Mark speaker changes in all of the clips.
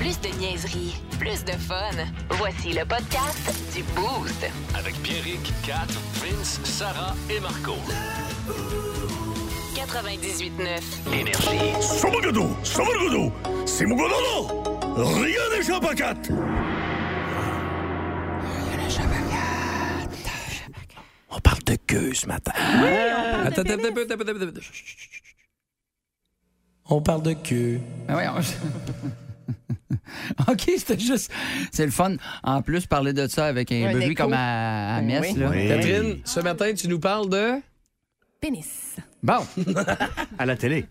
Speaker 1: Plus de niaiserie, plus de fun. Voici le podcast du Boost.
Speaker 2: Avec Pierrick, Kat, Vince, Sarah et Marco.
Speaker 1: 98.9.
Speaker 2: Énergie.
Speaker 3: Somagodo, Somagodo, c'est mon gododo. Rien n'échappe à quatre. On parle de queue ce matin.
Speaker 4: Attends, attends, attends, attends, attends, attends, attends. Chut, chut, chut, chut. On parle de queue.
Speaker 5: Ah ouais, on- OK, c'était juste. C'est le fun. En plus, parler de ça avec un
Speaker 6: Un
Speaker 5: bruit
Speaker 6: écho.
Speaker 5: comme à, à Metz.
Speaker 6: Ben Oui.
Speaker 5: Là.
Speaker 4: Catherine, ce matin, tu nous parles de.
Speaker 6: Pénis.
Speaker 5: Bon.
Speaker 7: À la télé.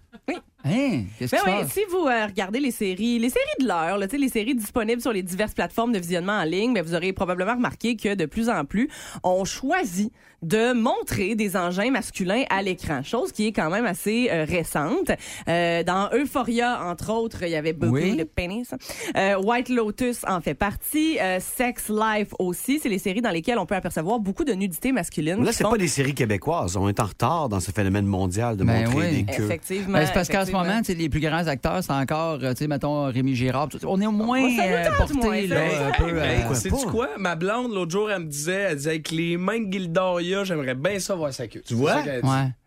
Speaker 5: Hein, qu'est-ce qui
Speaker 6: Ben
Speaker 5: se
Speaker 6: oui,
Speaker 5: passe?
Speaker 6: si vous euh, regardez les séries, les séries de l'heure, là, tu sais, les séries disponibles sur les diverses plateformes de visionnement en ligne, ben, vous aurez probablement remarqué que de plus en plus, on choisit de montrer des engins masculins à l'écran, chose qui est quand même assez euh, récente. Euh, dans Euphoria, entre autres, il y avait beaucoup
Speaker 5: Oui.
Speaker 6: de pénis. Euh, White Lotus en fait partie. Euh, Sex Life aussi, c'est les séries dans lesquelles on peut apercevoir beaucoup de nudité masculine.
Speaker 7: Là,
Speaker 6: qui
Speaker 7: c'est
Speaker 6: font-
Speaker 7: pas des séries québécoises. On est en retard dans ce phénomène mondial de
Speaker 5: Ben
Speaker 7: montrer
Speaker 5: oui.
Speaker 7: des queues.
Speaker 6: Effectivement.
Speaker 5: Ben, c'est parce qu'en ce
Speaker 6: effectivement.
Speaker 5: moment, tu sais, les plus grands acteurs, c'est encore, euh, tu sais, mettons, Rémi Girard. tout- On est au moins
Speaker 6: Oh, ça nous
Speaker 5: euh,
Speaker 6: tente,
Speaker 5: porté,
Speaker 6: moi, ça
Speaker 5: là,
Speaker 6: nous
Speaker 5: un
Speaker 6: tente.
Speaker 5: peu. euh,
Speaker 7: Pourquoi
Speaker 4: sais
Speaker 7: pas?
Speaker 4: Ben, hein. quoi? Ma blonde, l'autre jour, elle me disait, elle disait, avec les mains de Gildoria, j'aimerais bien ça voir sa queue. Tu
Speaker 7: vois?
Speaker 5: ouais.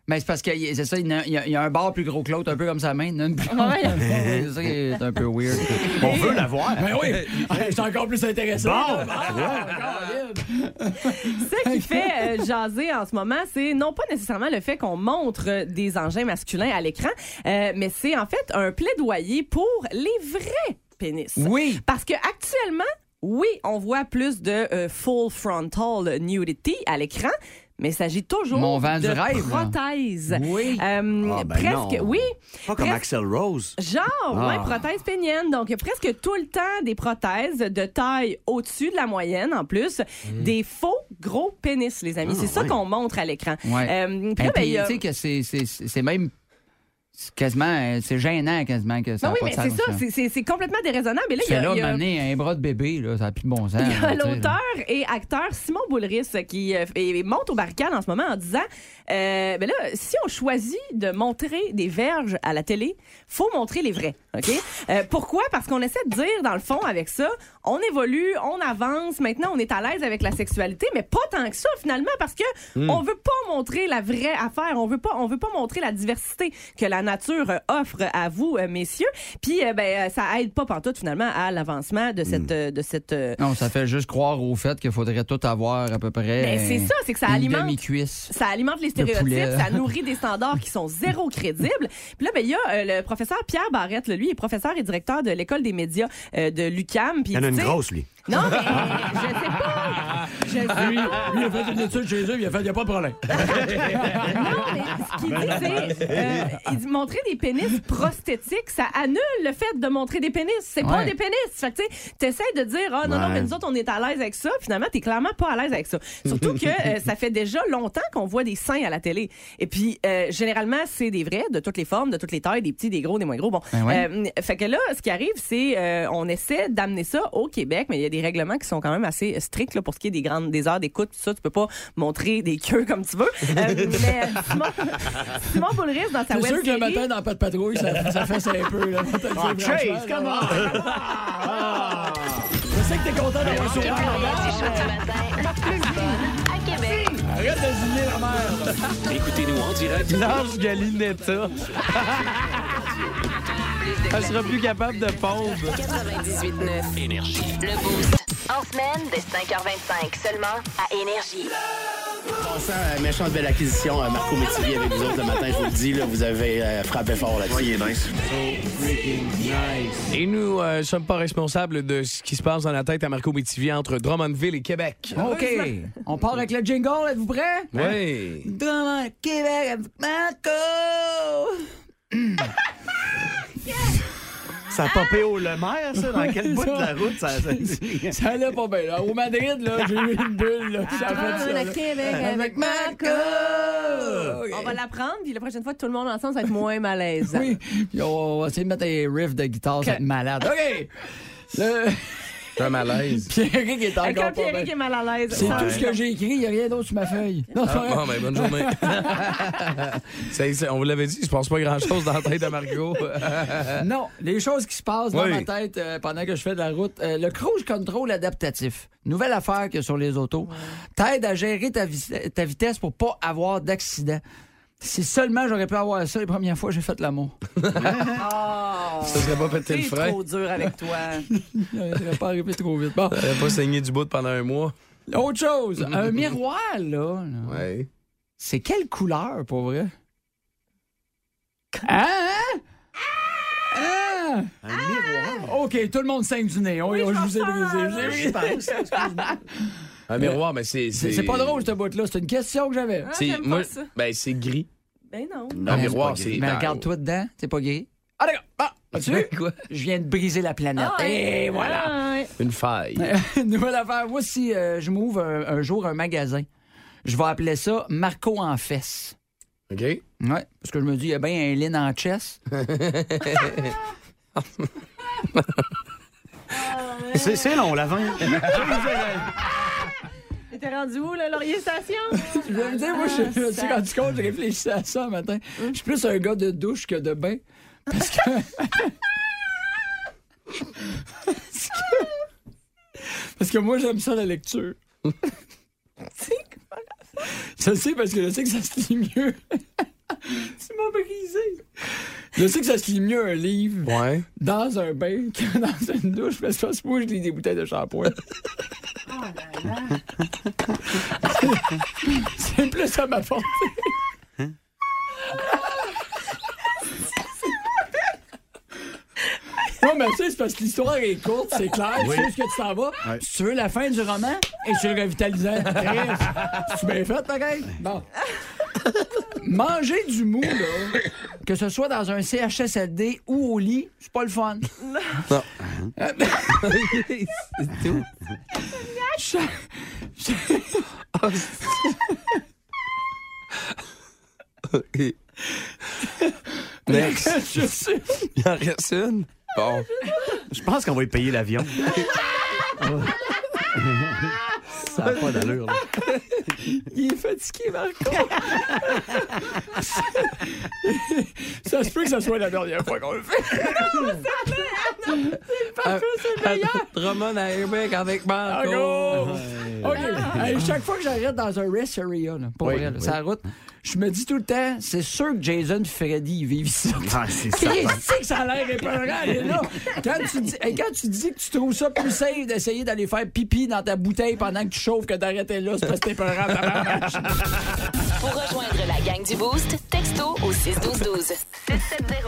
Speaker 5: Mais c'est parce que y- c'est ça, il y en a- il y, a- il y a un bar plus gros que l'autre, un peu comme sa main. il y en a une plus- c'est ça qui est un peu weird.
Speaker 7: On veut la voir.
Speaker 8: Ben,
Speaker 5: oui,
Speaker 4: Ben
Speaker 5: c'est encore plus intéressant.
Speaker 7: Bon, ben, voilà.
Speaker 6: Ce qui fait euh, jaser en ce moment, c'est non pas nécessairement le fait qu'on montre euh, des engins masculins à l'écran, euh, mais c'est en fait un plaidoyer pour les vrais pénis.
Speaker 5: Oui.
Speaker 6: Parce que actuellement, oui, on voit plus de euh, full frontal nudity à l'écran. Mais il s'agit toujours
Speaker 5: Mon vent
Speaker 6: de
Speaker 5: du rêve, là.
Speaker 6: prothèses.
Speaker 5: Oui.
Speaker 6: Euh,
Speaker 7: Ah, ben
Speaker 6: presque,
Speaker 7: non.
Speaker 6: oui.
Speaker 7: Pas comme
Speaker 6: Presque-
Speaker 7: Axel Rose.
Speaker 6: Genre, ouais,
Speaker 7: Ah.
Speaker 6: prothèse pénienne. Donc, il y a presque tout le temps des prothèses de taille au-dessus de la moyenne, en plus.
Speaker 5: Mm.
Speaker 6: Des faux gros pénis, les amis.
Speaker 7: Ah,
Speaker 6: c'est ça
Speaker 7: ouais.
Speaker 6: qu'on montre à l'écran.
Speaker 5: Ouais.
Speaker 6: Euh, puis
Speaker 5: Et
Speaker 6: là,
Speaker 5: Eh,
Speaker 6: ben, il
Speaker 5: puis,
Speaker 6: y a-
Speaker 5: tu sais que c'est- c'est c'est même c'est quasiment euh, c'est gênant quasiment que ça a
Speaker 6: Ben oui,
Speaker 5: pas
Speaker 6: mais
Speaker 5: de
Speaker 6: c'est
Speaker 5: sens,
Speaker 6: ça, c'est- c'est c'est complètement déraisonnonnable. Mais là, il y
Speaker 5: Parce
Speaker 6: a-
Speaker 5: que là,
Speaker 6: il y a-
Speaker 5: m'amener un bras de bébé, là, ça n'a plus de bon sens.
Speaker 6: Il y
Speaker 5: là,
Speaker 6: a
Speaker 5: tu sais.
Speaker 6: l'auteur et acteur Simon Boulris qui euh, et- et monte aux barricades en ce moment en disant euh, ben là, si on choisit de montrer des verges à la télé, faut montrer les vrais. OK? Euh, pourquoi? Parce qu'on essaie de dire, dans le fond, avec ça, on évolue, on avance, maintenant on est à l'aise avec la sexualité, mais pas tant que ça, finalement, parce que
Speaker 5: Hmm.
Speaker 6: on veut pas montrer la vraie affaire, on veut pas, on veut pas montrer la diversité que la nature euh, offre à vous, euh, messieurs. Puis, euh, ben, euh, ça aide pas pantoute, finalement, à l'avancement de
Speaker 5: Hmm.
Speaker 6: cette, euh, de cette euh,
Speaker 5: Non, ça fait juste croire au fait qu'il faudrait tout avoir à peu près.
Speaker 6: ben, c'est
Speaker 5: euh,
Speaker 6: ça, c'est que ça
Speaker 5: une
Speaker 6: alimente.
Speaker 5: demi-cuisse.
Speaker 6: Ça alimente les
Speaker 5: poulet,
Speaker 6: stéréotypes,
Speaker 5: là.
Speaker 6: ça nourrit des standards qui sont zéro crédibles. Puis là, ben, il y a euh, le professeur Pierre Barrette, là, lui, il est professeur et directeur de l'école des médias euh, de l'UCAM.
Speaker 7: Il y en a une grosse, lui.
Speaker 6: Non, mais je sais pas. Je sais pas.
Speaker 4: il a fait une étude chez eux, il a fait, il n'y a pas de problème.
Speaker 6: Non, mais ce qu'il dit, c'est euh, il dit montrer des pénis prosthétiques, ça annule le fait de montrer des pénis. C'est pas
Speaker 5: Ouais.
Speaker 6: des pénis. Fait que, tu sais, t'essayes de dire, ah non, non,
Speaker 7: Ouais.
Speaker 6: mais nous autres, on est à l'aise avec ça. Finalement, t'es clairement pas à l'aise avec ça. Surtout que euh, ça fait déjà longtemps qu'on voit des seins à la télé. Et puis, euh, généralement, c'est des vrais, de toutes les formes, de toutes les tailles, des petits, des gros, des moins gros. Bon.
Speaker 5: Ben ouais.
Speaker 6: Euh, fait que là, ce qui arrive, c'est euh, on essaie d'amener ça au Québec, mais il y a des règlements qui sont quand même assez euh, stricts là, pour ce qui est des grandes des heures d'écoute, tout ça. Tu peux pas montrer des queues comme tu veux. Euh, mais euh, Simon, Simon Boulris, dans sa web série,
Speaker 4: dans Pas de patrouille, ça, fait ça un peu. Là. Je sais que t'es content d'avoir
Speaker 1: Toutes les réalités chaudes du matin, le plus fun à Québec.
Speaker 4: Arrête de zigner la merde.
Speaker 2: Écoutez-nous en direct
Speaker 8: Large Galinetta.
Speaker 1: Plus de
Speaker 8: Elle sera plus capable de pondre.
Speaker 1: classiques. 98.9.
Speaker 2: Énergie.
Speaker 1: Le Boost. En semaine, dès 5h25, seulement à Énergie.
Speaker 9: Passant à méchante belle acquisition, euh, Marco Métivier avec vous autres le matin, je vous le dis, là, vous avez euh, frappé fort là-dessus.
Speaker 8: Et nous euh, sommes pas responsables de ce qui se passe dans la tête à Marco Métivier entre Drummondville et Québec.
Speaker 4: Ah,
Speaker 5: OK. On part avec le jingle, êtes-vous prêts?
Speaker 4: hein?
Speaker 8: Oui.
Speaker 5: Drummond, Québec, avec Marco!
Speaker 7: Ça a popé au Le Maire, ça? Dans quel bout de la route? Ça, ça-
Speaker 4: Ça allait pas bien. Là. Au Madrid, là, j'ai eu une bulle. Là, ça a
Speaker 6: Ah,
Speaker 4: fait ça, là.
Speaker 6: avec Marco. On va l'apprendre, puis la prochaine fois, tout le monde ensemble, ça va être moins malaise. Euh,
Speaker 5: Oui. Puis on va essayer de mettre des riffs de guitare, ça va être malade. OK! Le...
Speaker 8: J'ai un malaise.
Speaker 5: Pierrick est
Speaker 6: Hey, Quand
Speaker 5: encore pas bien.
Speaker 6: Pierrick est mal à l'aise.
Speaker 5: C'est
Speaker 6: ça-
Speaker 5: tout ce que j'ai écrit, il n'y a rien d'autre sur ma feuille. Non, c'est
Speaker 8: Ah,
Speaker 5: pas vrai.
Speaker 8: bon, ben, bonne journée. C'est- c'est- on vous l'avait dit, je pense pas grand-chose dans la tête de Margot.
Speaker 5: Non, les choses qui se passent dans
Speaker 8: Oui.
Speaker 5: ma tête euh, pendant que je fais de la route. Euh, le cruise control adaptatif. Nouvelle affaire que sur les autos. T'aide à gérer ta, vis- ta vitesse pour pas avoir d'accident. Si seulement j'aurais pu avoir ça les premières fois que j'ai fait l'amour.
Speaker 6: Ah,
Speaker 8: Ça serait pas pété le
Speaker 6: c'est
Speaker 8: frein.
Speaker 6: trop dur avec toi.
Speaker 5: J'aurais pas arrivé trop vite. Bon,
Speaker 8: J'avais pas saigné du bout pendant un mois.
Speaker 5: autre chose. Un miroir, là. là.
Speaker 8: Ouais.
Speaker 5: C'est quelle couleur, pour vrai? Hein? Hein?
Speaker 7: Un miroir.
Speaker 5: OK, tout le monde saigne du nez. On-
Speaker 6: Oui,
Speaker 5: on- je
Speaker 6: je
Speaker 5: vous ai
Speaker 6: pense.
Speaker 5: brisé. je vous ai brisé.
Speaker 7: Je pense. excuse-moi.
Speaker 8: Un miroir, mais c'est.
Speaker 5: C'est c'est pas drôle, ce bout-là. C'est une question que j'avais.
Speaker 6: Ah,
Speaker 8: C'est,
Speaker 6: j'aime pas
Speaker 8: moi,
Speaker 6: ça.
Speaker 8: ben, c'est gris.
Speaker 6: Ben non.
Speaker 8: un
Speaker 5: c'est
Speaker 8: miroir,
Speaker 7: pas
Speaker 8: c'est.
Speaker 5: Mais
Speaker 8: dans-
Speaker 5: regarde-toi dedans, t'es pas gay. Ah, d'accord. Ah, as-tu vu?
Speaker 8: Quoi?
Speaker 5: Je viens de briser la planète.
Speaker 6: Ah,
Speaker 5: Et
Speaker 6: ouais.
Speaker 5: voilà.
Speaker 6: Ah, ouais.
Speaker 8: Une faille.
Speaker 5: Nouvelle affaire. Moi, si euh, je m'ouvre un, un jour un magasin, je vais appeler ça Marco en fesses.
Speaker 8: OK?
Speaker 5: Ouais, parce que je me dis, il y a bien un lin en chess.
Speaker 7: C'est c'est long, la vente.
Speaker 6: T'es rendu où, là, Laurier Station?
Speaker 5: Je vais me dire, moi, je, je me suis rendu compte, je réfléchissais à ça un matin. Je suis plus un gars de douche que de bain. Parce que. Parce que- Parce que moi, j'aime ça, la lecture. Je sais parce que je sais que ça se lit mieux. tu m'as brisé. Je sais que ça se lit mieux un livre
Speaker 8: Ouais.
Speaker 5: dans un bain que dans une douche parce que parce que moi je lis des bouteilles de shampoing. C'est plus à ma portée. Non, mais tu sais, c'est parce que l'histoire est courte, c'est clair. Tu sais ce que tu t'en vas. Si tu veux la fin du roman, et tu le revitalisant. tu bien fait, pareil. Bon. Manger du mou, là, que ce soit dans un CHSLD ou au lit, c'est pas le fun.
Speaker 8: c'est tout.
Speaker 5: Cha- cha-
Speaker 8: Next.
Speaker 5: Je sais.
Speaker 8: Il en reste une? Bon.
Speaker 7: Je pense qu'on va y payer l'avion. Ça n'a pas d'allure. là.
Speaker 5: Il est fatigué, Marco. ça se peut que ça soit la dernière fois qu'on le fait.
Speaker 8: Euh, Drummond à Québec avec Marco.
Speaker 5: Marco. OK. Hey, chaque fois que j'arrête dans un rest area, là, pour
Speaker 7: Oui,
Speaker 5: vrai, là,
Speaker 7: oui.
Speaker 5: sur la route, je me dis tout le temps, c'est sûr que Jason et Freddy ils vivent ici.
Speaker 7: Ah, c'est ça.
Speaker 5: Qu'est-ce que ça a l'air épeurant, elle est là. Quand tu, dis, hey, quand tu dis que tu trouves ça plus safe d'essayer d'aller faire pipi dans ta bouteille pendant que tu chauffes que d'arrêter là, c'est parce que t'es peurant. tabarnak.
Speaker 1: Pour rejoindre la gang du Boost, texto au 61212. 670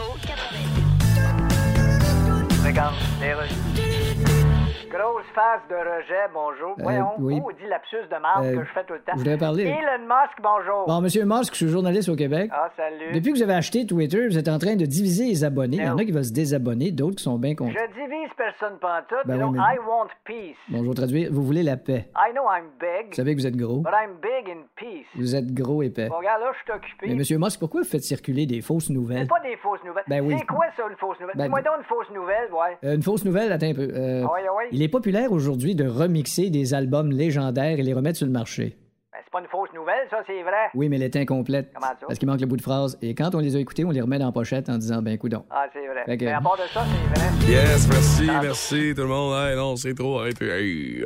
Speaker 10: Grosse phase de rejet, bonjour. Voyons,
Speaker 5: Euh, oui.
Speaker 10: maudit lapsus de marde
Speaker 5: Euh,
Speaker 10: que je fais tout le temps.
Speaker 5: je voulais parler.
Speaker 10: Elon Musk, bonjour.
Speaker 5: Bon, Monsieur Musk, je suis journaliste au Québec.
Speaker 10: Ah, salut.
Speaker 5: Depuis que vous avez acheté Twitter, vous êtes en train de diviser les abonnés. Il y en a
Speaker 10: Non.
Speaker 5: qui veulent se désabonner, d'autres qui sont bien contents.
Speaker 10: Je divise personne pantoute,
Speaker 5: Ben
Speaker 10: mais non,
Speaker 5: oui, mais-
Speaker 10: I want peace.
Speaker 5: Bon, je vais traduire. Vous voulez la paix.
Speaker 10: I know I'm big,
Speaker 5: Vous savez que vous êtes gros.
Speaker 10: but I'm big in peace.
Speaker 5: Vous êtes gros épais.
Speaker 10: Bon, regarde, là, je suis occupé.
Speaker 5: Mais Monsieur Musk, pourquoi vous faites circuler des fausses nouvelles?
Speaker 10: C'est pas des fausses nouvelles.
Speaker 5: Ben oui.
Speaker 10: C'est quoi ça, une fausse nouvelle?
Speaker 5: Ben-
Speaker 10: Dis-moi donc une fausse nouvelle, ouais.
Speaker 5: Euh, une fausse nouvelle, attends un peu. Euh,
Speaker 10: Ah ouais, ah ouais.
Speaker 5: Il est populaire aujourd'hui de remixer des albums légendaires et les remettre sur le marché.
Speaker 10: Ben, c'est pas une fausse nouvelle, ça, c'est vrai.
Speaker 5: Oui, mais elle est incomplète.
Speaker 10: Comment ça?
Speaker 5: Parce qu'il manque le bout de phrase. Et quand on les a écoutés, on les remet dans la pochette en disant, ben, coudon.
Speaker 10: Ah, c'est vrai.
Speaker 5: Fait que-
Speaker 10: Mais à part de ça, c'est vrai.
Speaker 8: Yes, merci,
Speaker 7: Ah.
Speaker 8: merci tout le monde. Hey, non, c'est trop arrêté. Hey,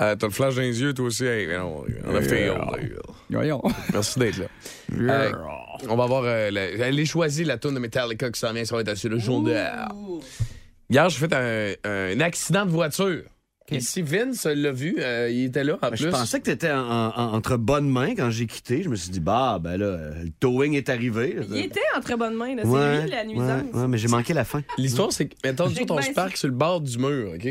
Speaker 8: euh, T'as le flash dans les yeux, toi aussi. Hey, mais non, on a fait. on a-
Speaker 5: Voyons.
Speaker 8: Merci d'être là. Euh, on va avoir. euh, la- elle est choisie, la tourne de Metallica qui s'en vient. Ça va être assez le jour de. Hier, j'ai fait un, un accident de voiture. Ici, Vince l'a vu. euh, il était là en
Speaker 7: Ben,
Speaker 8: plus.
Speaker 7: Je pensais que tu étais entre bonnes mains quand j'ai quitté. Je me suis dit, bah, ben là, euh, le towing est arrivé.
Speaker 6: Il était en très bonne main, là. C'est
Speaker 7: Ouais,
Speaker 6: lui, la
Speaker 7: ouais,
Speaker 6: nuisance.
Speaker 7: ouais, mais j'ai manqué la fin.
Speaker 8: L'histoire, c'est que, mettons, nous
Speaker 6: J'ai
Speaker 8: autres, on
Speaker 6: bien
Speaker 8: se
Speaker 6: ça.
Speaker 8: parque sur le bord du mur, OK?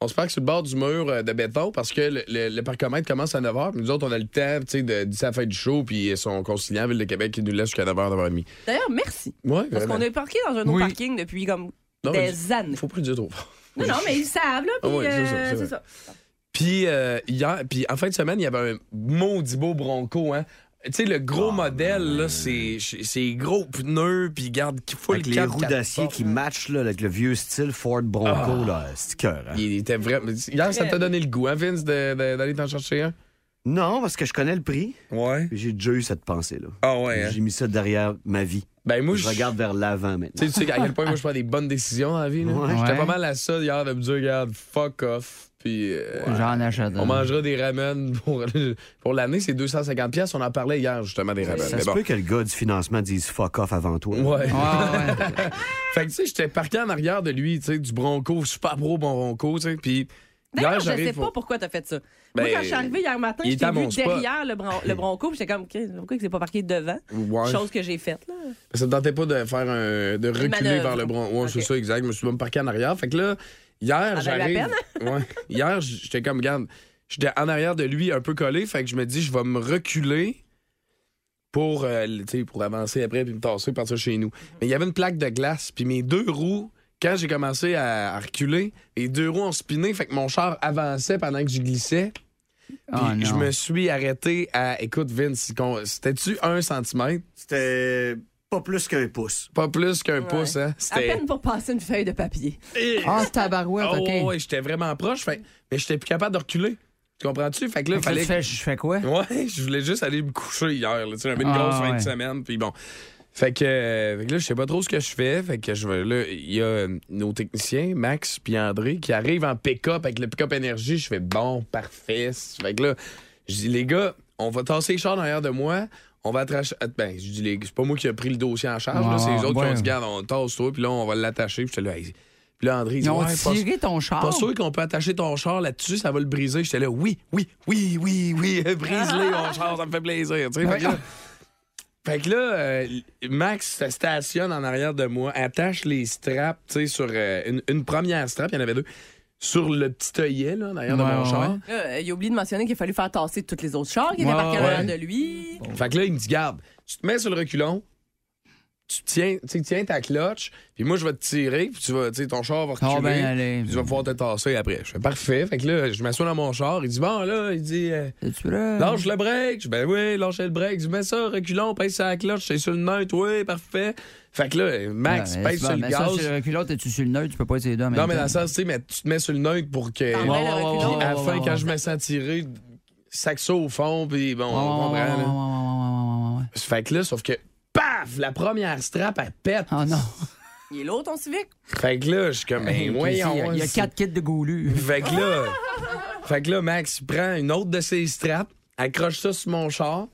Speaker 8: On se parque sur le bord du mur euh, de béton parce que le, le- le parcomètre commence à 9 h. Nous autres, on a le temps, tu sais, de- d'ici la fin du show, puis ils sont conciliants, Ville de Québec, qui nous laisse jusqu'à 9 h, 9 h 30.
Speaker 6: D'ailleurs, merci.
Speaker 8: Oui,
Speaker 6: Parce qu'on est parqué dans un autre
Speaker 5: Oui.
Speaker 6: parking depuis comme
Speaker 8: Ben, Non, mais
Speaker 6: des années.
Speaker 8: Faut plus du tout.
Speaker 6: Non, non, mais ils savent, là.
Speaker 8: Ah
Speaker 6: puis,
Speaker 8: oui, c'est ça,
Speaker 6: euh,
Speaker 8: c'est
Speaker 6: c'est
Speaker 8: vrai.
Speaker 6: ça.
Speaker 8: Puis, euh, hier, puis en fin de semaine, il y avait un maudit beau bronco, hein? Tu sais, le gros modèle, là, c'est c'est gros pneus, puis garde qui full
Speaker 7: Avec les roues d'acier qui matchent là, avec le vieux style Ford Bronco,
Speaker 8: Ah.
Speaker 7: là, c'est cœur. hein.
Speaker 8: Il était vraiment. Hier, ça t'a donné le goût, hein, Vince, de- de- d'aller t'en chercher un?
Speaker 7: Non, parce que je connais le prix.
Speaker 8: Ouais.
Speaker 7: J'ai déjà eu cette pensée-là.
Speaker 8: Ah ouais, hein?
Speaker 7: J'ai mis ça derrière ma vie.
Speaker 8: Ben moi,
Speaker 7: je
Speaker 8: je-
Speaker 7: regarde vers l'avant maintenant.
Speaker 8: Tu sais, tu sais à quel point moi je prends des bonnes décisions dans la vie. là.
Speaker 7: Ouais.
Speaker 8: J'étais
Speaker 7: Ouais.
Speaker 8: pas mal à ça hier de me dire, regarde, fuck off. Puis, euh,
Speaker 5: J'en achète un.
Speaker 8: on mangera des ramen pour, pour l'année, c'est 250$. piastres. On en parlait hier, justement, des ramen.
Speaker 7: Ça
Speaker 8: Mais
Speaker 7: se
Speaker 8: bon.
Speaker 7: peut que le gars du financement dise fuck off avant toi.
Speaker 8: Ouais. fait que tu sais, j'étais parqué en arrière de lui, tu sais, du Bronco, super pro Bronco, tu sais. Puis
Speaker 6: D'ailleurs,
Speaker 8: hier,
Speaker 6: je sais
Speaker 8: j'arrive.
Speaker 6: pas
Speaker 8: au-
Speaker 6: pourquoi t'as fait ça. Moi,
Speaker 8: Ben,
Speaker 6: quand je suis arrivée hier matin,
Speaker 8: il
Speaker 6: j'étais
Speaker 8: était à
Speaker 6: vu
Speaker 8: mon spot.
Speaker 6: derrière le, bron- le bronco, puis j'étais comme, Qu'est- pourquoi il s'est pas parqué devant?
Speaker 8: Ouais.
Speaker 6: Chose que j'ai faite, là.
Speaker 8: Ça me tentait pas de faire un. de reculer
Speaker 6: manœuvre.
Speaker 8: vers le bron. Ouais, c'est ça, exact. Je me suis même parqué en arrière. Fait que là, hier,
Speaker 6: vaut la
Speaker 8: j'arrive.
Speaker 6: peine.
Speaker 8: ouais. Hier, j- j'étais comme, regarde, j'étais en arrière de lui, un peu collé. Fait que je me dis, je vais me reculer pour, euh, le- tu sais, pour avancer après, puis me tasser, partir chez nous. Mais il y avait une plaque de glace, puis mes deux roues. Quand j'ai commencé à, à reculer, les deux roues ont spiné, fait que mon char avançait pendant que je glissais. Puis
Speaker 5: Oh, non.
Speaker 8: je me suis arrêté à. Écoute, Vince, con- c'était-tu un centimètre?
Speaker 7: C'était pas plus qu'un pouce.
Speaker 8: Pas plus qu'un
Speaker 6: Ouais.
Speaker 8: pouce, hein?
Speaker 6: À
Speaker 8: C'était.
Speaker 6: peine pour passer une feuille de papier.
Speaker 5: Ah, c'est tabarouette,
Speaker 8: Oh,
Speaker 5: OK.
Speaker 8: ouais, j'étais vraiment proche, fait- mais j'étais plus capable de reculer. Tu comprends-tu? Fait que là,
Speaker 5: Fait que là,
Speaker 8: fallait.
Speaker 5: tu fais, je fais quoi?
Speaker 8: Ouais, je voulais juste aller me coucher hier. là. Tu sais, J'avais une
Speaker 5: Ah,
Speaker 8: grosse fin
Speaker 5: ouais.
Speaker 8: de semaine, puis bon. Fait que, euh, fait que là, je sais pas trop ce que je fais. Fait que je vais là, il y a euh, nos techniciens, Max puis André, qui arrivent en pick-up avec le pick-up énergie. Je fais bon, parfait. Fait que là, je dis, les gars, on va tasser les chars derrière de moi. On va attacher. ah, Ben, je dis, les gars, c'est pas moi qui a pris le dossier en charge. là,
Speaker 5: Ouais,
Speaker 8: c'est les
Speaker 5: ouais,
Speaker 8: autres qui
Speaker 5: Ah, ouais.
Speaker 8: ont dit, garde, on tasse toi, puis là, on va l'attacher. Puis j'étais là, Hey. Puis là, André, il dit,
Speaker 5: Ils ont
Speaker 8: Ouais, pas-
Speaker 5: tiré ton char.
Speaker 8: pas sûr qu'on peut attacher ton char là-dessus, ça va le briser. J'étais là, oui, oui, oui, oui, oui, brise-le, mon char, ça me fait plaisir. tu sais. Fait que là, fait que là, euh, Max se stationne en arrière de moi, attache les straps, tu sais, sur euh, une, une première strap, il y en avait deux, sur le petit œillet, là, en arrière de
Speaker 5: Ouais,
Speaker 8: mon char.
Speaker 5: ouais.
Speaker 6: Là, euh, il a oublié de mentionner qu'il a fallu faire tasser tous les autres chars qui étaient
Speaker 5: Ouais,
Speaker 6: parqués en
Speaker 8: ouais.
Speaker 6: arrière de lui.
Speaker 8: Fait que là, il me dit, garde, tu te mets sur le reculon, tu tiens, tu sais, tiens ta cloche, puis moi, je vais te tirer, puis tu vas, tu sais, ton char va reculer.
Speaker 5: Ah, ben, allez.
Speaker 8: Puis Tu vas pouvoir te tasser après. Je fais parfait. Fait que là, je m'assois dans mon char. Il dit Bon, là, il dit euh,
Speaker 5: Es-tu prêt?
Speaker 8: Lâche le break. Je dis, Ben oui, lâchez le break. Je dis, mets ça, reculons, pèse sur la cloche, c'est sur le neutre. Oui, parfait. Fait que là, Max,
Speaker 5: Ouais, mais
Speaker 8: pèse
Speaker 5: c'est
Speaker 8: sur
Speaker 5: bon,
Speaker 8: le
Speaker 5: mais ça,
Speaker 8: gaz.
Speaker 5: sur le reculon, t'es-tu sur le neutre? Tu peux pas essayer deux en même
Speaker 8: non, mais dans
Speaker 5: temps.
Speaker 8: le sens, tu sais, mais tu te mets sur le neutre pour que.
Speaker 6: T'en mets le reculon.
Speaker 8: Puis à la
Speaker 5: ouais,
Speaker 8: fin,
Speaker 5: ouais,
Speaker 8: quand
Speaker 5: ouais.
Speaker 8: je me sens tirer, saxo au fond, puis bon,
Speaker 5: Ouais, ouais,
Speaker 8: on comprend.
Speaker 5: ouais, ouais,
Speaker 8: là.
Speaker 5: ouais, ouais, ouais, ouais, ouais.
Speaker 8: Fait que là, sauf que, paf, la première strap, elle pète.
Speaker 5: Ah non.
Speaker 6: Il est lourd, ton civic?
Speaker 8: Fait que là, je suis comme, ben
Speaker 5: Chris, il y a-
Speaker 8: voyons.
Speaker 5: Il y a
Speaker 8: c'est-
Speaker 5: quatre kits de goulus.
Speaker 8: Fait que là, fait que là, Max il prend une autre de ses straps, accroche ça sur mon char,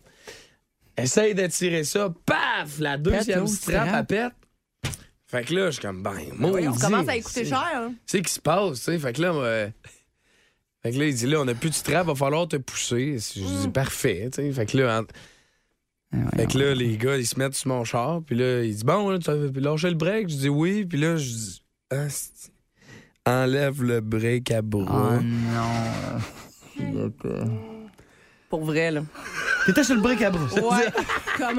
Speaker 8: essaye de tirer ça, paf, la deuxième
Speaker 5: l'autre
Speaker 8: strap,
Speaker 5: strap.
Speaker 8: elle pète. Fait que là, je suis comme, ben,
Speaker 6: Oui,
Speaker 8: maudit.
Speaker 6: on commence à écouter
Speaker 8: C'est-
Speaker 6: cher. hein.
Speaker 8: C'est qui se passe, tu sais. Fait que là, euh, fait que là, il dit, là, on n'a plus de strap, va falloir te pousser. Je
Speaker 6: Mm.
Speaker 8: dis, parfait, tu sais. Fait que là, en-
Speaker 6: Ah,
Speaker 8: fait que là, les gars, ils se mettent sur mon char, puis là, ils disent Bon, là, tu as lâché le break Je dis oui, puis là, je dis Ah, c'est- Enlève le break à bras.
Speaker 6: Ah,
Speaker 5: Oh non.
Speaker 6: Pour vrai, là.
Speaker 7: T'étais sur le bric à bras.
Speaker 6: Ouais. Comme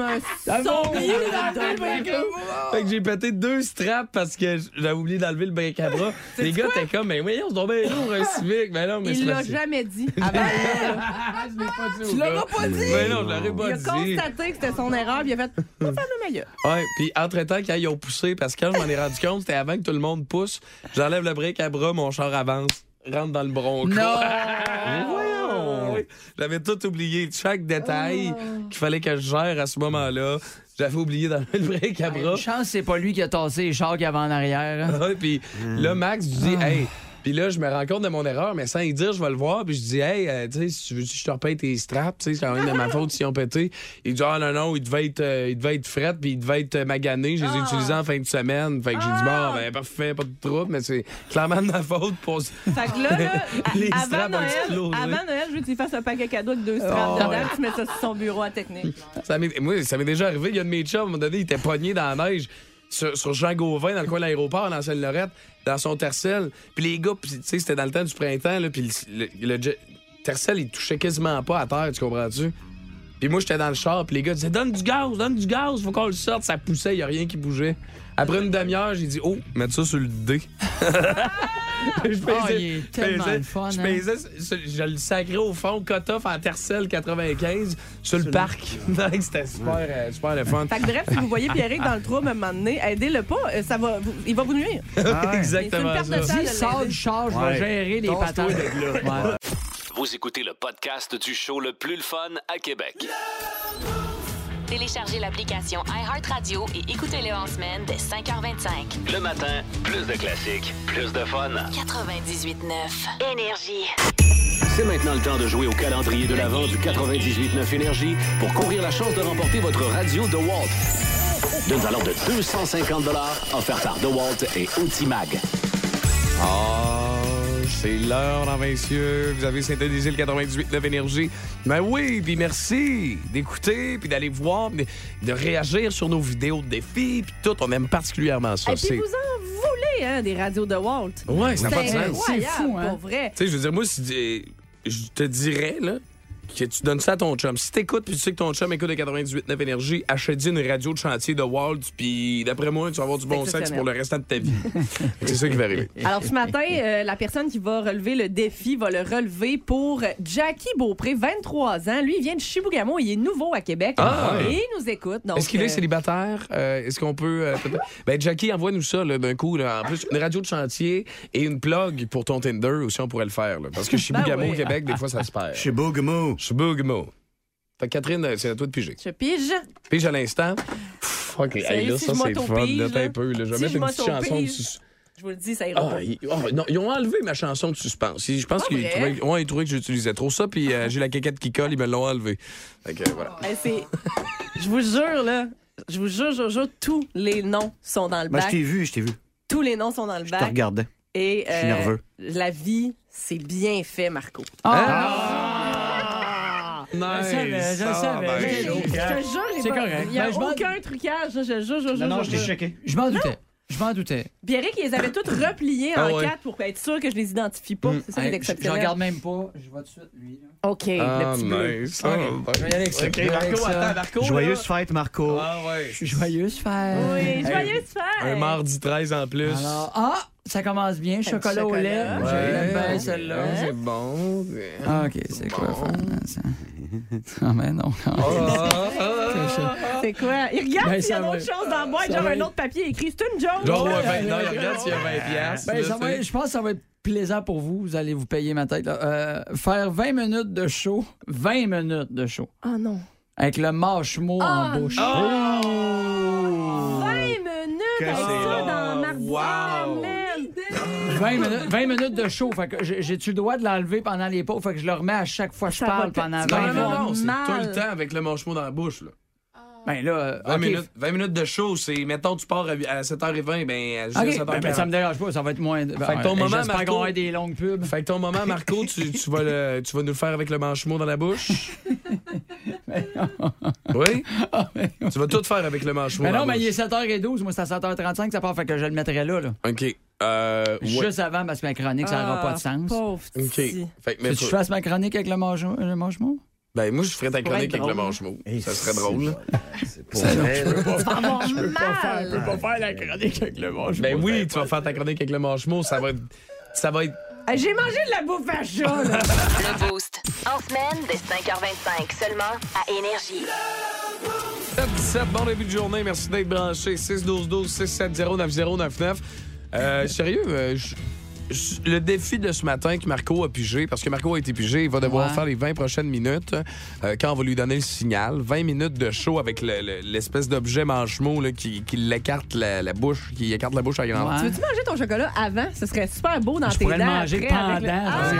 Speaker 6: un
Speaker 8: Ah,
Speaker 6: zombie. là, dedans.
Speaker 8: Fait que j'ai pété deux straps parce que j'avais oublié d'enlever le break à bras. les gars, t'es comme Mais oui, on se tombait lourd, un civique. Mais non, mais
Speaker 6: Il
Speaker 8: c'est
Speaker 6: l'a
Speaker 8: parce que-
Speaker 6: jamais dit avant là, là.
Speaker 8: Je l'ai pas dit. au
Speaker 6: Tu l'auras
Speaker 8: gars.
Speaker 6: pas dit!
Speaker 8: Mais non, je l'aurais
Speaker 6: Il
Speaker 8: pas
Speaker 6: a
Speaker 8: dit.
Speaker 6: constaté que c'était son erreur, puis il a fait « Pas faire le meilleur.
Speaker 8: Ouais, puis entre-temps, quand ils ont poussé, parce que quand je m'en ai rendu compte, c'était avant que tout le monde pousse, j'enlève le break à bras, mon char avance, rentre dans le bronco. Non! J'avais tout oublié, chaque détail qu'il fallait que je gère à ce moment-là. J'avais oublié d'enlever le break à bras.
Speaker 5: Chance, c'est pas lui qui a tassé les chars qu'il y avait en arrière. hein.
Speaker 8: Ouais, puis là, Max dit, hey, puis là, je me rends compte de mon erreur, mais sans y dire, je vais le voir. Puis je dis, hey, euh, tu sais, si tu veux, je te repaye tes straps, tu sais, c'est quand même de ma faute s'ils ont pété. Il dit, ah non, non, il devait être, euh, il devait être fret, puis il devait être euh, magané. Je les ai utilisés en fin de semaine. Fait que j'ai dit, bon, ben, parfait, pas de trouble, mais c'est clairement de ma faute pour. »
Speaker 6: Fait que là, là à-
Speaker 8: Les
Speaker 6: avant,
Speaker 8: straps ont
Speaker 6: Noël,
Speaker 8: explosé.
Speaker 6: avant Noël, je veux que tu lui fasses un paquet cadeau de deux
Speaker 8: Oh,
Speaker 6: straps dedans, puis tu mets ça sur son bureau à technique.
Speaker 8: Ça m'est- moi, ça m'est déjà arrivé. Il y a de mes chums, à un moment donné, il était pogné dans la neige sur, sur Jean Gauvin, dans le coin de l'aéroport, dans Sainte-Lorette, dans son tercel. Puis les gars, puis, tu sais, c'était dans le temps du printemps, là, puis le, le- le jet- tercel, il touchait quasiment pas à terre, tu comprends-tu? Puis moi, j'étais dans le char, puis les gars disaient Donne du gaz, donne du gaz, faut qu'on le sorte. Ça poussait, il y a rien qui bougeait. Après une demi-heure, j'ai dit Oh, mets ça sur le dé. je
Speaker 5: Ah, il est tellement
Speaker 8: je
Speaker 5: le fun,
Speaker 8: je
Speaker 5: hein.
Speaker 8: pesais sur- je le sacrais au fond, cut-off en Tercel 95, sur le parc. Donc, C'était super, euh, super le fun.
Speaker 6: Fait que bref, si vous voyez Pierrick dans le trou à un moment donné, aidez-le pas, euh, ça va, vous- il va vous nuire.
Speaker 8: Oui, Exactement.
Speaker 6: C'est une perte de
Speaker 8: ça.
Speaker 6: temps.
Speaker 5: Si sort du char, je vais
Speaker 8: Ouais.
Speaker 5: gérer les
Speaker 8: Tasse-toi
Speaker 5: patates.
Speaker 8: de
Speaker 5: Ouais.
Speaker 2: Vous écoutez le podcast du show le plus le fun à Québec.
Speaker 1: Téléchargez l'application iHeartRadio et écoutez-le en semaine dès 5h25.
Speaker 2: Le matin, plus de classiques, plus de fun.
Speaker 1: 98.9 Énergie.
Speaker 2: C'est maintenant le temps de jouer au calendrier de l'Avent du 98.9 Énergie pour courir la chance de remporter votre radio DeWalt. D'une valeur de 250 offerte par DeWalt et Ultimag.
Speaker 8: Ah, c'est l'heure, dans messieurs. Vous avez synthétisé le 98-9 Énergie. Ben oui, puis merci d'écouter, puis d'aller voir, puis de réagir sur nos vidéos de défis, puis tout. On aime particulièrement ça.
Speaker 6: Et puis
Speaker 8: C'est-
Speaker 6: vous en voulez, hein, des radios de Walt.
Speaker 8: Ouais, ça n'a pas de
Speaker 6: C'est
Speaker 8: sens.
Speaker 6: incroyable,
Speaker 4: C'est fou, hein.
Speaker 6: pour vrai.
Speaker 8: Tu sais, je veux dire, moi, si eh, je te dirais, là, que tu donnes ça à ton chum. Si t'écoutes puis tu sais que ton chum écoute le 98.9 Énergie, achète-lui une radio de chantier de Walt, puis d'après moi, tu vas avoir du bon sexe
Speaker 6: Exceptionnel.
Speaker 8: pour le restant de ta vie. c'est ça qui va arriver.
Speaker 6: Alors ce matin, euh, la personne qui va relever le défi va le relever pour Jackie Beaupré, 23 ans. Lui, il vient de Chibougamau, il est nouveau à Québec
Speaker 8: Ah!
Speaker 6: et il nous écoute. donc,
Speaker 8: Est-ce qu'il est
Speaker 6: euh,
Speaker 8: célibataire? Euh, Est-ce qu'on peut. euh, peut-être- ben, Jackie, envoie-nous ça là, d'un coup. là. En plus, une radio de chantier et une plug pour ton Tinder aussi, on pourrait le faire. là. parce que chez
Speaker 6: Ben
Speaker 8: Bougamo
Speaker 6: oui.
Speaker 8: au Québec, des fois, ça se perd.
Speaker 7: Chez Bougamo.
Speaker 8: Chez Bougamo. Fait que Catherine, euh, c'est à toi de piger.
Speaker 6: Je pige.
Speaker 8: Pige à l'instant. Pff, OK, hey, là,
Speaker 6: si
Speaker 8: ça,
Speaker 6: je
Speaker 8: c'est fun.
Speaker 6: m'auto-pige,
Speaker 8: Là,
Speaker 6: là.
Speaker 8: t'as un peu. là. Je vais
Speaker 6: Si
Speaker 8: mettre
Speaker 6: je
Speaker 8: une petite chanson. de
Speaker 6: m'auto-pige,
Speaker 8: sus-
Speaker 6: Je vous le dis, ça ira
Speaker 8: Ah,
Speaker 6: pas.
Speaker 8: ils- ah, non, ils ont enlevé ma chanson de suspense. Ils- Je pense
Speaker 6: Pas
Speaker 8: qu'ils
Speaker 6: vrai.
Speaker 8: trouvaient, ouais, ils trouvaient que j'utilisais trop ça, puis euh, j'ai la caquette qui colle, ils me l'ont enlevé. Fait que, voilà.
Speaker 6: Hey, c'est- Je vous jure, là. Je vous jure, je vous jure, tous les noms sont dans le
Speaker 7: Moi, Ben, je
Speaker 6: bac.
Speaker 7: t'ai vu, je t'ai vu.
Speaker 6: Tous les noms sont dans le
Speaker 7: Je te
Speaker 6: bac. Euh,
Speaker 7: regardais.
Speaker 6: Et
Speaker 7: Je suis nerveux.
Speaker 6: la vie, c'est bien fait, Marco.
Speaker 5: Ah,
Speaker 8: Hein? Nice.
Speaker 5: savais, je
Speaker 8: Ah,
Speaker 5: savais.
Speaker 8: ben,
Speaker 5: J'ai-
Speaker 8: chaud.
Speaker 6: Je te jure, il
Speaker 5: C'est
Speaker 6: n'y a, pas-
Speaker 5: correct.
Speaker 6: il y a
Speaker 5: Ben, je m'en-
Speaker 6: aucun trucage. Je, je jure, je jure, je jure.
Speaker 5: Je m'en doutais. Je m'en doutais.
Speaker 6: Pierrick, ils les avaient toutes repliées
Speaker 8: Ah
Speaker 6: en
Speaker 8: ouais. Mm.
Speaker 6: quatre pour être sûr que je les identifie pas. C'est ça qui est
Speaker 5: Hey, Je je
Speaker 6: exceptionnel.
Speaker 5: regarde même pas. Je vois tout de suite, lui. là.
Speaker 6: OK, le
Speaker 8: Ah,
Speaker 6: petit bleu.
Speaker 8: nice. Ah, ben.
Speaker 5: Je vais y aller avec ça. Je vais y aller avec ça.
Speaker 8: Marco.
Speaker 7: Joyeuse fête, Marco.
Speaker 8: Ah, ouais.
Speaker 5: Je suis joyeuse fête.
Speaker 6: Oui, joyeuse fête!
Speaker 8: Un mardi 13 en plus.
Speaker 5: Alors, ah, ça commence bien. Chocolat, au
Speaker 6: chocolat.
Speaker 5: lait.
Speaker 6: Ouais.
Speaker 5: Je l'aime bien, celle-là.
Speaker 8: Ouais, C'est bon.
Speaker 5: Ah, OK, c'est quoi faire? là, ça? Ah, mais non.
Speaker 8: Ah, ah,
Speaker 6: C'est quoi? Il regarde
Speaker 4: Ben,
Speaker 6: s'il y a
Speaker 4: ça
Speaker 6: une
Speaker 4: va.
Speaker 6: autre chose dans la boîte,
Speaker 4: Ça
Speaker 6: genre
Speaker 4: va.
Speaker 6: un autre papier écrit. C'est une joke!
Speaker 8: Genre, ouais, ben, non, il regarde s'il y a 20 piastres.
Speaker 5: Ben,
Speaker 8: là,
Speaker 5: ça va
Speaker 8: tu sais.
Speaker 5: être- je pense que ça va être plaisant pour vous. Vous allez vous payer ma tête. là. Euh, faire 20 minutes de show, 20 minutes de show,
Speaker 6: Ah non!
Speaker 5: avec le marshmallow en bouche.
Speaker 8: Oh!
Speaker 6: 20 minutes avec ça
Speaker 8: c'est long.
Speaker 6: dans ma boîte! Ah,
Speaker 8: Wow.
Speaker 6: man.
Speaker 5: 20, minutes, 20 minutes de show. Fait que j'ai- j'ai-tu le droit de l'enlever pendant les pauses? Fait que je le remets à chaque fois que je
Speaker 6: Ça va
Speaker 5: parle
Speaker 6: te-
Speaker 5: pendant
Speaker 6: tu vas
Speaker 8: Non,
Speaker 5: 20
Speaker 8: non,
Speaker 6: avoir
Speaker 5: minutes.
Speaker 8: non, non, c'est tout
Speaker 6: mal.
Speaker 8: le temps avec le manchemot dans la bouche. Là.
Speaker 5: Ben là, euh,
Speaker 8: 20,
Speaker 5: OK.
Speaker 8: minutes, 20 minutes de show, c'est mettons, tu pars à, à 7h20, ben, à
Speaker 5: OK.
Speaker 8: jusqu'à
Speaker 5: Ben, ben,
Speaker 8: 7h40.
Speaker 5: ça me dérange pas, ça va être moins. Ben,
Speaker 8: Fait que ton
Speaker 5: euh,
Speaker 8: moment,
Speaker 5: J'espère
Speaker 8: Marco-
Speaker 5: qu'on aura des longues pubs.
Speaker 8: Fait que ton moment, Marco, tu, tu vas, le- tu vas nous le faire avec le manchemot dans la bouche? oui?
Speaker 5: Ah,
Speaker 8: Tu vas tout faire avec le manchemot
Speaker 5: Mais
Speaker 8: dans
Speaker 5: Ben non,
Speaker 8: la
Speaker 5: mais il est
Speaker 8: bouche.
Speaker 5: 7h12, moi c'est à 7h35 que ça part, fait que je le mettrai là. là.
Speaker 8: OK. Euh, ouais.
Speaker 5: Juste avant parce que ma chronique, ça
Speaker 6: Ah,
Speaker 5: n'aura pas de sens.
Speaker 6: Pauvre
Speaker 8: OK.
Speaker 6: petit.
Speaker 8: Fait que, mais
Speaker 5: Tu que je
Speaker 8: faut-
Speaker 5: fasse ma chronique avec le mange- le mange-mot?
Speaker 8: Ben, moi, je ferais ta chronique avec le manchemot. Ça serait drôle.
Speaker 6: Avoir mal!
Speaker 8: Ben oui, tu vas faire ta chronique avec le manchemot. Ça va être. Ça va être.
Speaker 6: Hey, J'ai mangé de la bouffe à chat, là.
Speaker 1: Le Boost. En semaine dès 5h25 seulement à Énergie.
Speaker 8: 7-17, bon début de journée. Merci d'être branché. 6-12-12-670-9099. Euh, sérieux, euh, je- je- le défi de ce matin que Marco a pigé, parce que Marco a été pigé, il va devoir
Speaker 5: Ouais.
Speaker 8: faire les 20 prochaines minutes euh, quand on va lui donner le signal. 20 minutes de show avec le- le- l'espèce d'objet manchemot là, qui, qui l'écarte la, la bouche, qui écarte la bouche à grande.
Speaker 5: Ouais.
Speaker 6: Tu veux-tu manger ton chocolat avant? Ce serait super beau dans
Speaker 5: Je
Speaker 6: tes dents.
Speaker 5: pourrais le manger
Speaker 6: après, avec le-
Speaker 5: pendant,
Speaker 6: Ah!
Speaker 5: ça serait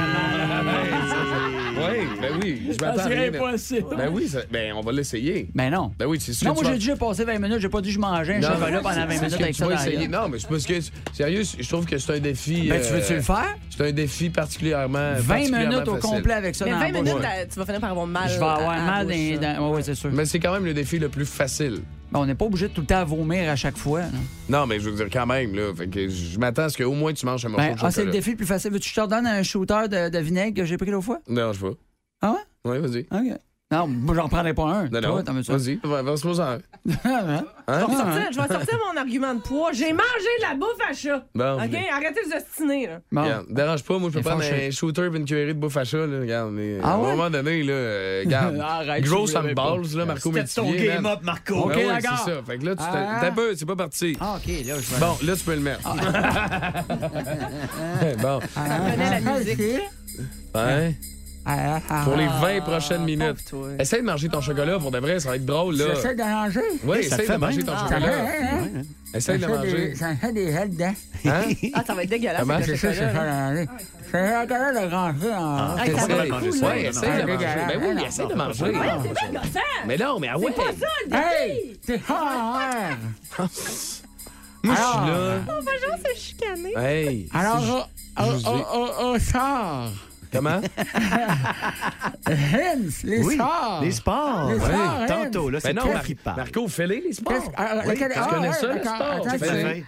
Speaker 8: Oui, ben oui, je
Speaker 5: Ah,
Speaker 4: Ça
Speaker 8: m'attends à
Speaker 4: serait
Speaker 8: rien de-
Speaker 4: impossible.
Speaker 8: Ben oui, ça- ben on va l'essayer.
Speaker 5: Ben non.
Speaker 8: Ben oui, c'est sûr.
Speaker 5: Non,
Speaker 8: tu
Speaker 5: moi
Speaker 8: vas-
Speaker 5: j'ai déjà passé 20 minutes, j'ai pas dit je mangeais un chocolat pendant
Speaker 8: c'est
Speaker 5: 20 minutes
Speaker 8: ce que
Speaker 5: avec
Speaker 8: tu
Speaker 5: ça
Speaker 8: vas
Speaker 5: dans la
Speaker 8: essayer.
Speaker 5: gueule.
Speaker 8: Non, mais c'est parce que, sérieux, je trouve que c'est un défi.
Speaker 5: Ben tu
Speaker 8: euh,
Speaker 5: veux-tu le faire?
Speaker 8: C'est un défi particulièrement.
Speaker 5: 20
Speaker 8: particulièrement
Speaker 5: minutes au
Speaker 8: facile.
Speaker 5: complet avec ça
Speaker 6: Mais
Speaker 5: dans
Speaker 6: 20
Speaker 5: la bouche.
Speaker 6: minutes, t'as- tu vas finir par avoir mal.
Speaker 5: Je vais
Speaker 6: à-
Speaker 5: avoir
Speaker 6: à
Speaker 5: mal dans
Speaker 6: la
Speaker 5: les
Speaker 6: bouche, là.
Speaker 5: dents. Ouais, ouais, c'est sûr.
Speaker 8: Mais c'est quand même le défi le plus facile.
Speaker 5: Ben, on n'est pas obligé de tout le temps vomir à chaque fois. là.
Speaker 8: Non, mais je veux dire, quand même, là. Fait que je m'attends à ce qu'au moins tu manges un morceau
Speaker 5: Ben,
Speaker 8: de chocolat.
Speaker 5: ah, c'est le défi le plus facile. Veux-tu que je te redonne un shooter de, de vinaigre que j'ai pris l'autre fois?
Speaker 8: Non, je veux.
Speaker 5: Ah ouais?
Speaker 8: Oui, vas-y.
Speaker 5: OK.
Speaker 4: Non, moi, j'en prendrai pas un.
Speaker 8: Non, non. Vas-y, va, va se poser un.
Speaker 4: Hein?
Speaker 6: Je vais sortir- je vais sortir mon argument de poids. J'ai mangé de la bouffe à chat.
Speaker 8: Bon,
Speaker 11: Ah,
Speaker 6: OK?
Speaker 8: oui.
Speaker 6: Arrêtez de s'ostiner, là.
Speaker 8: Regarde, dérange pas, moi je peux
Speaker 6: Il est
Speaker 8: prendre
Speaker 6: fâché.
Speaker 8: un shooter et une cuillerée de bouffe à chat, là. Regarde, mais
Speaker 4: Ah
Speaker 8: à un
Speaker 4: ouais?
Speaker 8: moment donné, là, euh, regarde.
Speaker 4: Arrête,
Speaker 8: gros
Speaker 4: si vous l'avez
Speaker 8: some balls,
Speaker 4: pas.
Speaker 8: là, Marco
Speaker 4: C'était
Speaker 8: Métivier.
Speaker 4: ton game
Speaker 8: man.
Speaker 4: up, Marco.
Speaker 8: Ah
Speaker 4: Ok,
Speaker 8: ouais, c'est
Speaker 4: d'accord.
Speaker 8: ça. Fait que là, tu
Speaker 4: Ah.
Speaker 8: t'as un peu, c'est pas parti.
Speaker 4: Ah, OK, là, je vais.
Speaker 8: Bon, là, tu peux le mettre.
Speaker 4: Ah.
Speaker 8: bon.
Speaker 5: Ah,
Speaker 6: connaît la musique.
Speaker 8: Ouais.
Speaker 4: Ah, ah,
Speaker 8: Pour les
Speaker 4: ah.
Speaker 8: 20 prochaines minutes. Essaye de manger ton chocolat pour de vrai, ça va être drôle, là.
Speaker 4: J'essaie de manger.
Speaker 8: Oui, essaye de manger ton
Speaker 4: Ah.
Speaker 8: chocolat.
Speaker 4: hein,
Speaker 8: Essaye de manger.
Speaker 4: J'en fais des ailes dedans.
Speaker 8: Hein?
Speaker 6: Ah, ça va être dégueulasse.
Speaker 8: Comment?
Speaker 6: avec le
Speaker 8: C'est ça,
Speaker 6: chocolat,
Speaker 8: c'est
Speaker 6: là.
Speaker 4: J'ai l'intérêt de rentrer en.
Speaker 8: Ah,
Speaker 6: ça
Speaker 8: essaye.
Speaker 6: va manger ça,
Speaker 8: Ouais,
Speaker 6: non,
Speaker 8: essaye
Speaker 6: non,
Speaker 8: de
Speaker 6: non,
Speaker 8: manger.
Speaker 6: non,
Speaker 8: Ben
Speaker 6: non,
Speaker 8: oui,
Speaker 6: non,
Speaker 8: essaye de
Speaker 6: non,
Speaker 8: manger.
Speaker 6: Ouais, c'est
Speaker 11: Ah,
Speaker 6: bien gossant.
Speaker 8: Mais non, mais ah ouais.
Speaker 6: C'est pas ça, le défi.
Speaker 4: Hey! T'es ah,
Speaker 8: Moi, je suis là.
Speaker 6: On va genre se chicaner.
Speaker 8: Hey.
Speaker 4: ouais. Alors, au-
Speaker 8: Je vous dis.
Speaker 4: au- au- au sort.
Speaker 8: Comment?
Speaker 4: Hens, les
Speaker 7: Oui,
Speaker 4: sorts.
Speaker 7: les sports.
Speaker 4: Les
Speaker 7: Oui,
Speaker 4: sports,
Speaker 7: tantôt, là, c'est
Speaker 8: Mais Ben non,
Speaker 7: toi
Speaker 8: Mar-
Speaker 7: qui parles.
Speaker 8: Marco, fais-les, les sports.
Speaker 4: Qu'est-ce- ah,
Speaker 8: Oui,
Speaker 4: lequel-
Speaker 8: tu
Speaker 4: ah,
Speaker 8: connais
Speaker 4: ouais,
Speaker 8: ça, les
Speaker 4: attends,
Speaker 8: sports.
Speaker 4: attends,
Speaker 8: Fais-les.
Speaker 4: attends,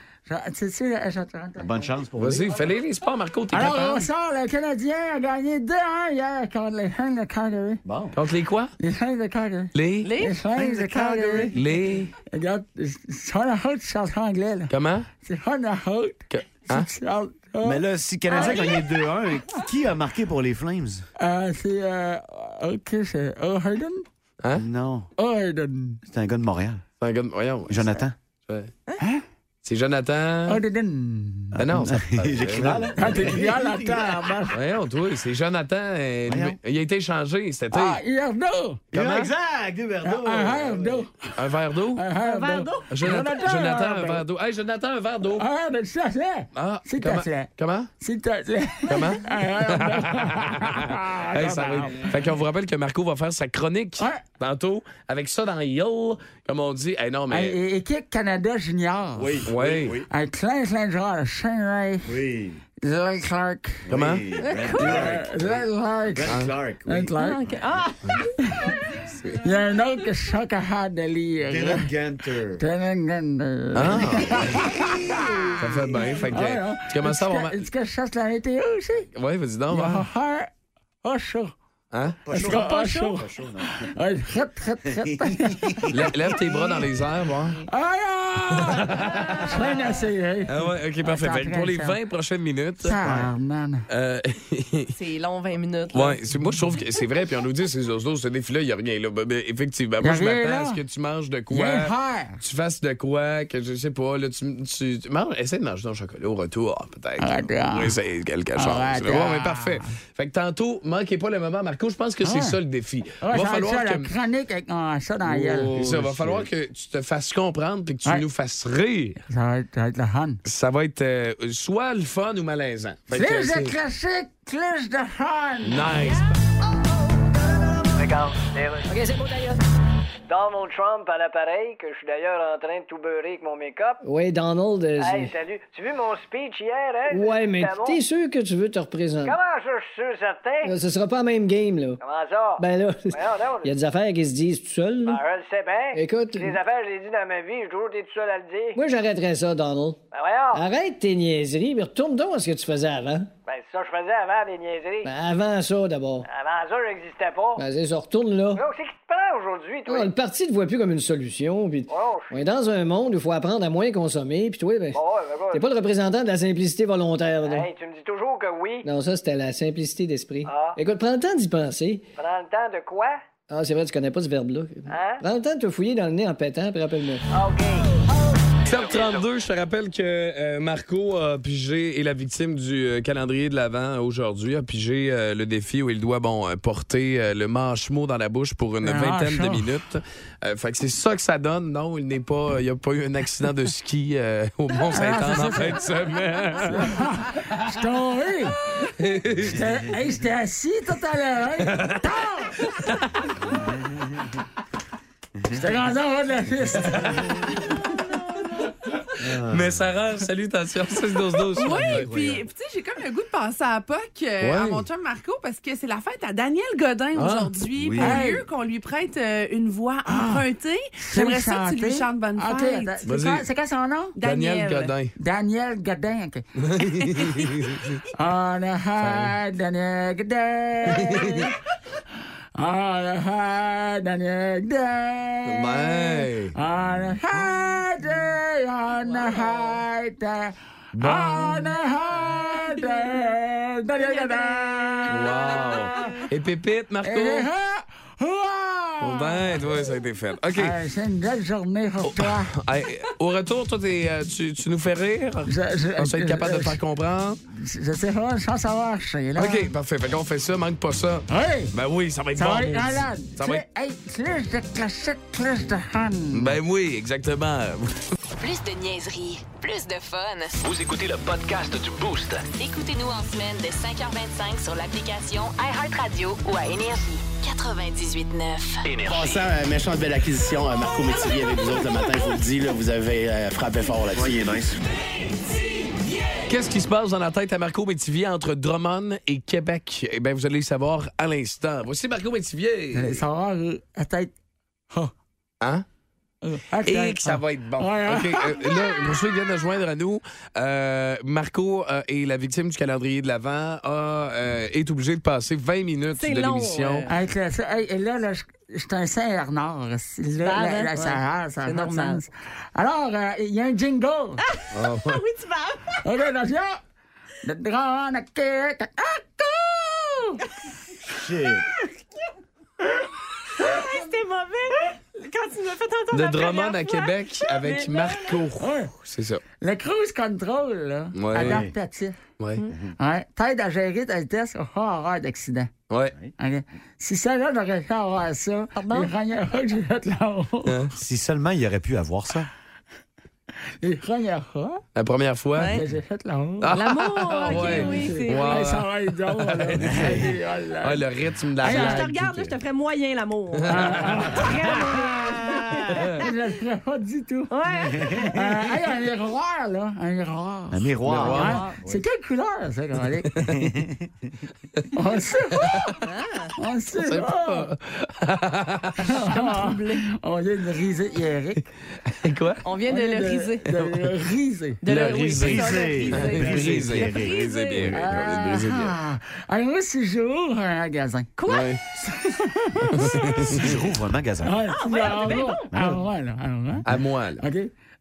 Speaker 4: Tu sais, je te raconte.
Speaker 7: Bonne chance pour vous.
Speaker 8: Vas-y, fais-les, les sports, Marco, t'es
Speaker 4: Alors, euh, au
Speaker 8: capable.
Speaker 4: sort, le Canadien a gagné 2-1 hier contre les Saints de Calgary.
Speaker 7: Bon.
Speaker 8: Contre les quoi?
Speaker 4: Les Saints de Calgary.
Speaker 8: Les.
Speaker 4: Les Saints de Calgary.
Speaker 8: Les.
Speaker 4: Regarde, c'est on the hook, tu chantes en anglais, là.
Speaker 8: Comment?
Speaker 4: C'est on the hook.
Speaker 8: Que- Hein?
Speaker 4: Tu chantes ça.
Speaker 7: Mais là, si Canadien gagne 2-1, qui a marqué pour les Flames?
Speaker 4: Euh, c'est, euh, ok, c'est O'Hayden?
Speaker 7: Non,
Speaker 4: O'Hayden.
Speaker 7: c'est un gars de Montréal.
Speaker 8: C'est un gars de- Voyons. ouais.
Speaker 7: Jonathan. Hein?
Speaker 8: Ouais. C'est
Speaker 4: Ah,
Speaker 8: Jonathan.
Speaker 4: O'Hayden.
Speaker 8: Ah non, ça.
Speaker 7: J'écris mal, hein?
Speaker 4: Ah, t'es bien la table.
Speaker 8: Voyons, toi, c'est Jonathan. euh, lui-
Speaker 7: Ah. Voyons.
Speaker 8: il a été échangé cet été.
Speaker 4: Ah, Huberdeau.
Speaker 8: Comment?
Speaker 7: Exact, Huberdeau.
Speaker 5: Ah,
Speaker 4: Un Huberdeau.
Speaker 8: Un verre d'eau?
Speaker 4: Un
Speaker 6: verre d'eau.
Speaker 8: Jonathan,
Speaker 4: Ah, Jonathan, ben. Ah,
Speaker 8: Jonathan,
Speaker 4: un
Speaker 8: un verre d'eau. Hey, Jonathan, un verre d'eau.
Speaker 4: Un Huberdeau, s'il te plaît.
Speaker 8: Ah,
Speaker 4: S'il te
Speaker 8: comment-
Speaker 4: plaît.
Speaker 8: Comment?
Speaker 4: S'il te plaît.
Speaker 8: Comment?
Speaker 4: Un Huberdeau.
Speaker 8: Hey, ça va être- Fait qu'on vous rappelle que Marco va faire sa chronique
Speaker 4: Ouais.
Speaker 8: tantôt avec ça dans Hill, comme on dit. Hey, non,
Speaker 4: Hey,
Speaker 8: mais.
Speaker 4: et- Équipe Canada Junior.
Speaker 7: Oui,
Speaker 8: Ouais.
Speaker 4: Un Clint Lindor, Shane Ray,
Speaker 7: oui.
Speaker 4: Zach Clark.
Speaker 8: Comment?
Speaker 7: Oui, Brent Clark.
Speaker 4: Zach Clark.
Speaker 7: Brent Clark, oui.
Speaker 4: Zach Clark.
Speaker 6: Ah,
Speaker 4: Il y a un autre que je suis capable de lire.
Speaker 7: Kenneth Ganter.
Speaker 4: Kenneth Gander.
Speaker 5: eh,
Speaker 8: Ah! ça fait bien. Fait que,
Speaker 4: Ouais, hein.
Speaker 8: tu commences à avoir.
Speaker 4: Est-ce que- Est-ce que je cherche la météo aussi?
Speaker 8: ma- Ouais, vas-y donc.
Speaker 4: Il va
Speaker 8: va.
Speaker 4: faire ah chaud.
Speaker 8: Hein?
Speaker 7: Pas chaud.
Speaker 4: Ah,
Speaker 7: Pas
Speaker 4: chaud.
Speaker 7: chaud, non.
Speaker 4: Ah, très, très, très.
Speaker 8: Lè- Lève tes bras dans les airs, voir.
Speaker 4: Ah là! Je viens d'essayer.
Speaker 8: Ah ouais, ok, parfait.
Speaker 4: Ah,
Speaker 8: Fait que pour les
Speaker 4: ça.
Speaker 8: 20 prochaines minutes.
Speaker 4: Tabarnane.
Speaker 8: Euh,
Speaker 6: c'est long, 20 minutes. là.
Speaker 8: ouais, c'est- moi je trouve que c'est vrai, puis on nous dit ces osnos, ce défi-là, il n'y a rien là. Ben, ben, effectivement, moi
Speaker 4: Y a
Speaker 8: je
Speaker 4: rien
Speaker 8: m'attends à
Speaker 4: là.
Speaker 8: ce que tu manges de
Speaker 4: Il
Speaker 8: quoi.
Speaker 4: est hard.
Speaker 8: tu fasses de quoi, que je sais pas, là, tu, tu, tu manges- essaie de manger ton chocolat au retour, peut-être.
Speaker 4: Arrête,
Speaker 8: là.
Speaker 4: ah.
Speaker 8: Oui, c'est quelque chose.
Speaker 4: Arrête,
Speaker 8: là. Ouais,
Speaker 4: ah.
Speaker 8: mais parfait. Fait que tantôt, manquez pas le moment, Marco, je pense que c'est
Speaker 4: ouais.
Speaker 8: ça le défi.
Speaker 4: Ah,
Speaker 8: va
Speaker 4: ça va être
Speaker 8: falloir
Speaker 4: ça, la
Speaker 8: que...
Speaker 4: chronique avec mon
Speaker 5: ah,
Speaker 4: chat dans la gueule.
Speaker 8: C'est ça, va falloir que tu te fasses comprendre puis que tu
Speaker 4: Ouais.
Speaker 8: nous fasses rire.
Speaker 4: Ça va être, ça va être le fun.
Speaker 8: Ça va être euh, soit le fun ou malaisant. Fait que,
Speaker 4: Plus
Speaker 8: c'est-
Speaker 4: de classique, plus de fun.
Speaker 8: Nice.
Speaker 1: Regarde, Donald Trump à l'appareil, que je suis d'ailleurs en train de tout beurrer avec mon make-up.
Speaker 10: Oui, Donald. euh,
Speaker 1: Hey,
Speaker 10: c'est-
Speaker 1: salut. Tu vu mon speech hier, hein?
Speaker 10: ouais, mais
Speaker 1: C'était bon?
Speaker 10: t'es sûr que tu veux te représenter?
Speaker 1: Comment ça, je suis sûr, certain?
Speaker 5: Euh,
Speaker 10: Là, ce sera pas la même game, là.
Speaker 1: Comment ça?
Speaker 10: Ben là,
Speaker 1: non,
Speaker 10: il y a des affaires qui se disent tout seul.
Speaker 1: Ben,
Speaker 10: là.
Speaker 1: je le sais bien.
Speaker 10: Écoute-
Speaker 1: Les affaires, je les dit dans ma vie, j'ai toujours été tout seul à le dire.
Speaker 10: Moi, j'arrêterais ça, Donald.
Speaker 1: Ben, voyons.
Speaker 10: Arrête tes niaiseries, mais retourne donc à ce que tu faisais avant.
Speaker 1: Ben, c'est ça que je faisais avant, des niaiseries.
Speaker 10: Ben, avant ça, d'abord.
Speaker 1: Avant ça, j'existais pas.
Speaker 10: Ben, c'est ça, retourne là.
Speaker 1: Donc, c'est qui te prend aujourd'hui, toi?
Speaker 10: Ah, le parti te voit plus comme une solution. Puis
Speaker 1: Oh,
Speaker 10: on est dans un monde où il faut apprendre à moins consommer. Puis toi, ben,
Speaker 1: ben, ouais, ben, ouais.
Speaker 10: t'es pas le représentant de la simplicité volontaire. là.
Speaker 1: Hey, tu me dis toujours que oui.
Speaker 10: Non, ça, c'était la simplicité d'esprit.
Speaker 1: Ah.
Speaker 10: Écoute, prends le temps d'y penser.
Speaker 1: Prends le temps de quoi?
Speaker 10: Ah, c'est vrai, tu connais pas ce verbe-là.
Speaker 1: Hein?
Speaker 10: Prends le temps de te fouiller dans le nez en pétant, puis rappelle-moi.
Speaker 1: Ah, OK.
Speaker 8: 732, je te rappelle que euh, Marco a pigé est la victime du euh, calendrier de l'Avent aujourd'hui, a pigé euh, le défi où il doit bon, euh, porter euh, le manchemot dans la bouche pour une
Speaker 4: Le
Speaker 8: vingtaine de
Speaker 4: manchemot.
Speaker 8: minutes. Euh, fait que c'est ça que ça donne. Non, il n'est pas, il n'y a pas eu un accident de ski euh, au Mont-Saint-Anne en fin de semaine.
Speaker 4: Je suis tombé. J'étais hey, j'étais assis tout à l'heure. hein. Tard! J'étais rendu en haut de la piste.
Speaker 8: Mais Sarah, salutations, 6-12-12.
Speaker 11: Oui, puis puis tu sais, j'ai comme le goût de penser à Puck, euh,
Speaker 8: Ouais.
Speaker 11: à mon chum Marco, parce que c'est la fête à Daniel Godin
Speaker 8: Ah,
Speaker 11: aujourd'hui.
Speaker 7: oui.
Speaker 11: Puis Au lieu qu'on lui prête euh, une voix
Speaker 6: Ah!
Speaker 11: empruntée, j'aimerais ça que tu lui
Speaker 4: Chanter.
Speaker 11: chantes bonne
Speaker 5: Ah,
Speaker 4: Ok,
Speaker 11: fête.
Speaker 4: attends, c'est
Speaker 8: Vas-y.
Speaker 4: quoi- C'est quoi son nom?
Speaker 8: Daniel Godin.
Speaker 4: Daniel Godin. ok. On a had Daniel Godin. Ouais.
Speaker 8: Wow. Et Pépite,
Speaker 4: Eh,
Speaker 8: Marco? Bon, ben, toi, ça a été fait. OK.
Speaker 4: Ah, c'est une belle journée pour toi.
Speaker 8: Hey, au retour, toi, t'es, euh, tu, tu nous fais rire.
Speaker 4: je- euh,
Speaker 8: on va être capable de
Speaker 4: je-
Speaker 8: te faire comprendre.
Speaker 4: Je sais pas, je pense avoir marché, là.
Speaker 8: OK, parfait. Fait qu'on fait ça, manque pas ça.
Speaker 4: Oui.
Speaker 8: Ben oui, ça va être
Speaker 4: Ça
Speaker 8: bon.
Speaker 4: va être malade.
Speaker 8: Ça
Speaker 4: Tu
Speaker 8: va
Speaker 4: sais,
Speaker 8: être...
Speaker 4: hey, plus de classiques, plus de fun.
Speaker 8: Ben oui, exactement.
Speaker 1: Plus de niaiserie, plus de fun.
Speaker 2: Vous écoutez le podcast du Boost.
Speaker 1: Écoutez-nous en semaine de 5h25 sur l'application iHeartRadio ou à Énergie. 98.9.
Speaker 12: Passant à méchante belle acquisition, euh, Marco Métivier avec vous autres le matin, je vous le dis, là, vous avez euh, frappé fort là-dessus. Oui,
Speaker 8: Qu'est-ce qui se passe dans la tête à Marco Métivier entre Drummond et Québec? Eh bien, vous allez le savoir à l'instant. Voici Marco Métivier.
Speaker 4: Ça va, la tête.
Speaker 8: Hein?
Speaker 4: euh,
Speaker 8: Et
Speaker 5: Ah.
Speaker 8: que ça va être bon.
Speaker 4: Ouais.
Speaker 8: OK, euh, là, pour ceux qui viennent de se joindre à nous, euh, Marco euh, est la victime du calendrier de l'Avent, a, euh, est obligé de passer 20 minutes de l'émission.
Speaker 5: Ah,
Speaker 4: Hey, que ça- hey, et là, là, je je suis un Saint-Bernard. Là, là,
Speaker 13: hein?
Speaker 4: là, ça a- ça a
Speaker 13: C'est
Speaker 4: pas de
Speaker 13: normal.
Speaker 4: sens. Alors, euh, il y a un jingle.
Speaker 8: Ah, ouais.
Speaker 13: oui, tu parles.
Speaker 4: Ok, attention. Le grand acteur- acteur.
Speaker 13: C'était mauvais. Quand tu me fait entendre
Speaker 8: De
Speaker 13: la première
Speaker 8: Drummond
Speaker 13: fois.
Speaker 8: à Québec avec
Speaker 13: Mais non.
Speaker 8: Marco. C'est ça.
Speaker 4: Le cruise control, là,
Speaker 8: Ouais.
Speaker 4: adaptatif.
Speaker 8: Ouais.
Speaker 4: Ouais, t'aides à gérer ta vitesse au cas horaire d'accident.
Speaker 8: Ouais.
Speaker 4: Ok. Si ça, là, j'aurais pu avoir ça, les rognards que je vais te là-haut.
Speaker 14: Si seulement il aurait pu avoir ça.
Speaker 4: Les rognards
Speaker 8: La première fois.
Speaker 4: que j'ai fait là-haut.
Speaker 8: Ah, L'amour, ok, ouais. oui, c'est Ouais. vrai.
Speaker 4: Ça va être drôle, là. Hey, oh là.
Speaker 8: Ah, le rythme de la
Speaker 6: Hey, là, je te
Speaker 8: blague.
Speaker 6: regarde, là, je te ferais moyen l'amour.
Speaker 4: Je ne le ferais pas du tout. Euh, hey, un miroir, là. Un miroir.
Speaker 14: Un miroir.
Speaker 4: Hein? C'est quelle couleur, ça, qu'on dit? On le sait pas.
Speaker 6: Ah.
Speaker 4: On le sait pas. On vient de riser Eric.
Speaker 8: Quoi?
Speaker 6: On vient de le riser.
Speaker 4: De le riser.
Speaker 6: De
Speaker 8: le
Speaker 6: le- oui,
Speaker 8: briser.
Speaker 6: c'est ça, le
Speaker 8: Briser. Briser.
Speaker 4: briser.
Speaker 8: Briser bien.
Speaker 4: Ah,
Speaker 8: Briser bien.
Speaker 4: ah. Alors, moi, si je rouvre un magasin.
Speaker 6: Quoi?
Speaker 5: Ah.
Speaker 14: si je rouvre un magasin.
Speaker 4: Ouais, si
Speaker 6: ouais,
Speaker 4: je rouvre-
Speaker 6: c'est bien bon.
Speaker 4: Ah, ouais, là, ah, ouais.
Speaker 8: À moi, là.
Speaker 4: OK?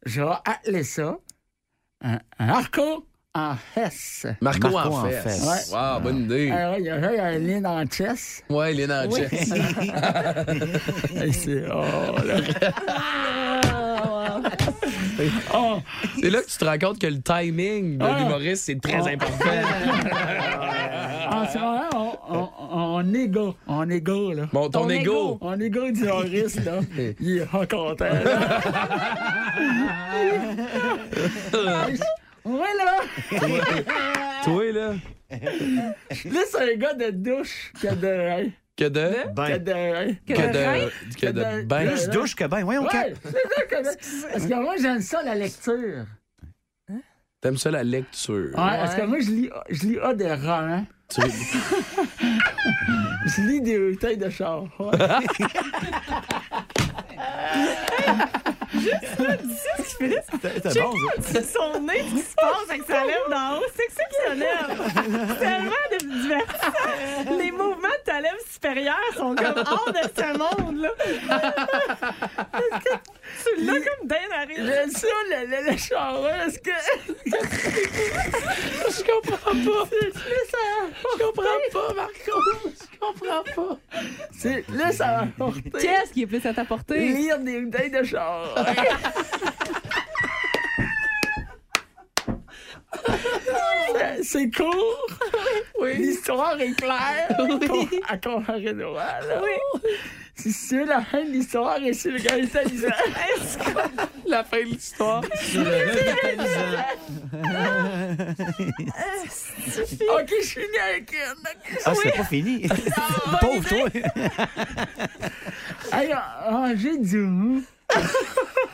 Speaker 4: Je vais appeler ça un, un arco en fesse.
Speaker 8: Marco,
Speaker 14: Marco
Speaker 8: en
Speaker 14: en
Speaker 8: fait.
Speaker 14: fesses.
Speaker 8: Wow, bonne idée.
Speaker 4: Ah ouais, il y a, il y a un lien dans le chest.
Speaker 8: Ouais, il est dans le
Speaker 4: Oui.
Speaker 8: chest.
Speaker 4: Et c'est- oh, là.
Speaker 6: Ah,
Speaker 4: Oh,
Speaker 8: C'est là que tu te rends compte que le timing de
Speaker 4: Ah.
Speaker 8: l'humoriste, c'est très important.
Speaker 4: en ce moment, on, on, on est gars. On est gars, là.
Speaker 8: Bon, ton,
Speaker 4: On est
Speaker 8: ego.
Speaker 4: gars. On est gars du Horace, là. Il est pas content. là. Ouais, là.
Speaker 8: Toi, là,
Speaker 4: Là, c'est un gars de douche que de...
Speaker 8: que de...
Speaker 7: Hein.
Speaker 4: Que
Speaker 14: Ben.
Speaker 4: de...
Speaker 14: Que de, que de bain. Plus douche que bain. Voyons,
Speaker 4: Ouais,
Speaker 14: Cap.
Speaker 4: c'est ça que... Parce que moi, j'aime ça, la lecture.
Speaker 8: T'aimes ça la lecture.
Speaker 4: Ouais, parce que moi, je lis, je lis ah, des romans.
Speaker 8: Tu-
Speaker 4: Je lis des bouteilles de char. Ouais.
Speaker 13: C'est ce que je fais.
Speaker 14: T'es bon, ça.
Speaker 13: C'est son nez ce qui se passe avec sa lèvre d'en haut. C'est exceptionnel. C'est Tellement de divertissant. Les mouvements de ta lèvre supérieure sont comme hors de ce monde, là. Parce que Tu l'as comme d'un arrière.
Speaker 4: J'aime ça, le, le, le char. ouais, Parce que...
Speaker 13: Je comprends pas.
Speaker 4: Je comprends pas, Marco. Je comprends pas. C'est, là, ça va porter.
Speaker 6: Qu'est-ce qui est plus à ta portée?
Speaker 4: Lire des bouteilles de char. C'est- C'est court. L'histoire est claire. Com- À comparer de moi, là. C'est sûr, la fin de l'histoire est sur le gars italisant.
Speaker 8: La fin de l'histoire.
Speaker 4: ok, je suis né avec une.
Speaker 14: Ah, c'est pas fini. Pauvre toi.
Speaker 4: Hey, ah, j'ai du mou.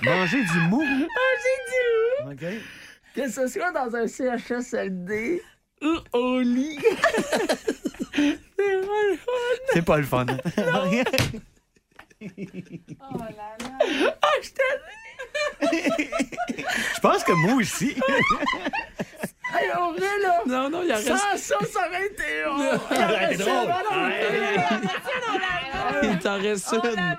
Speaker 14: Manger du mou.
Speaker 4: Ah, J'ai du mou.
Speaker 14: OK.
Speaker 4: Que ce soit dans un CHSLD ou au lit. C'est vraiment le fun.
Speaker 14: C'est pas le fun.
Speaker 4: Ah, je t'aime.
Speaker 14: Je pense que mou ici.
Speaker 4: Hey, on vrai, là.
Speaker 15: Non, non, il en
Speaker 16: Ça,
Speaker 15: reste.
Speaker 16: ça, ça aurait été. Oh,
Speaker 15: Non.
Speaker 16: il en reste
Speaker 15: Drôle.
Speaker 16: ça, non, non,
Speaker 15: Ouais.
Speaker 16: il en reste ça, non, là.
Speaker 15: Il t'en reste une.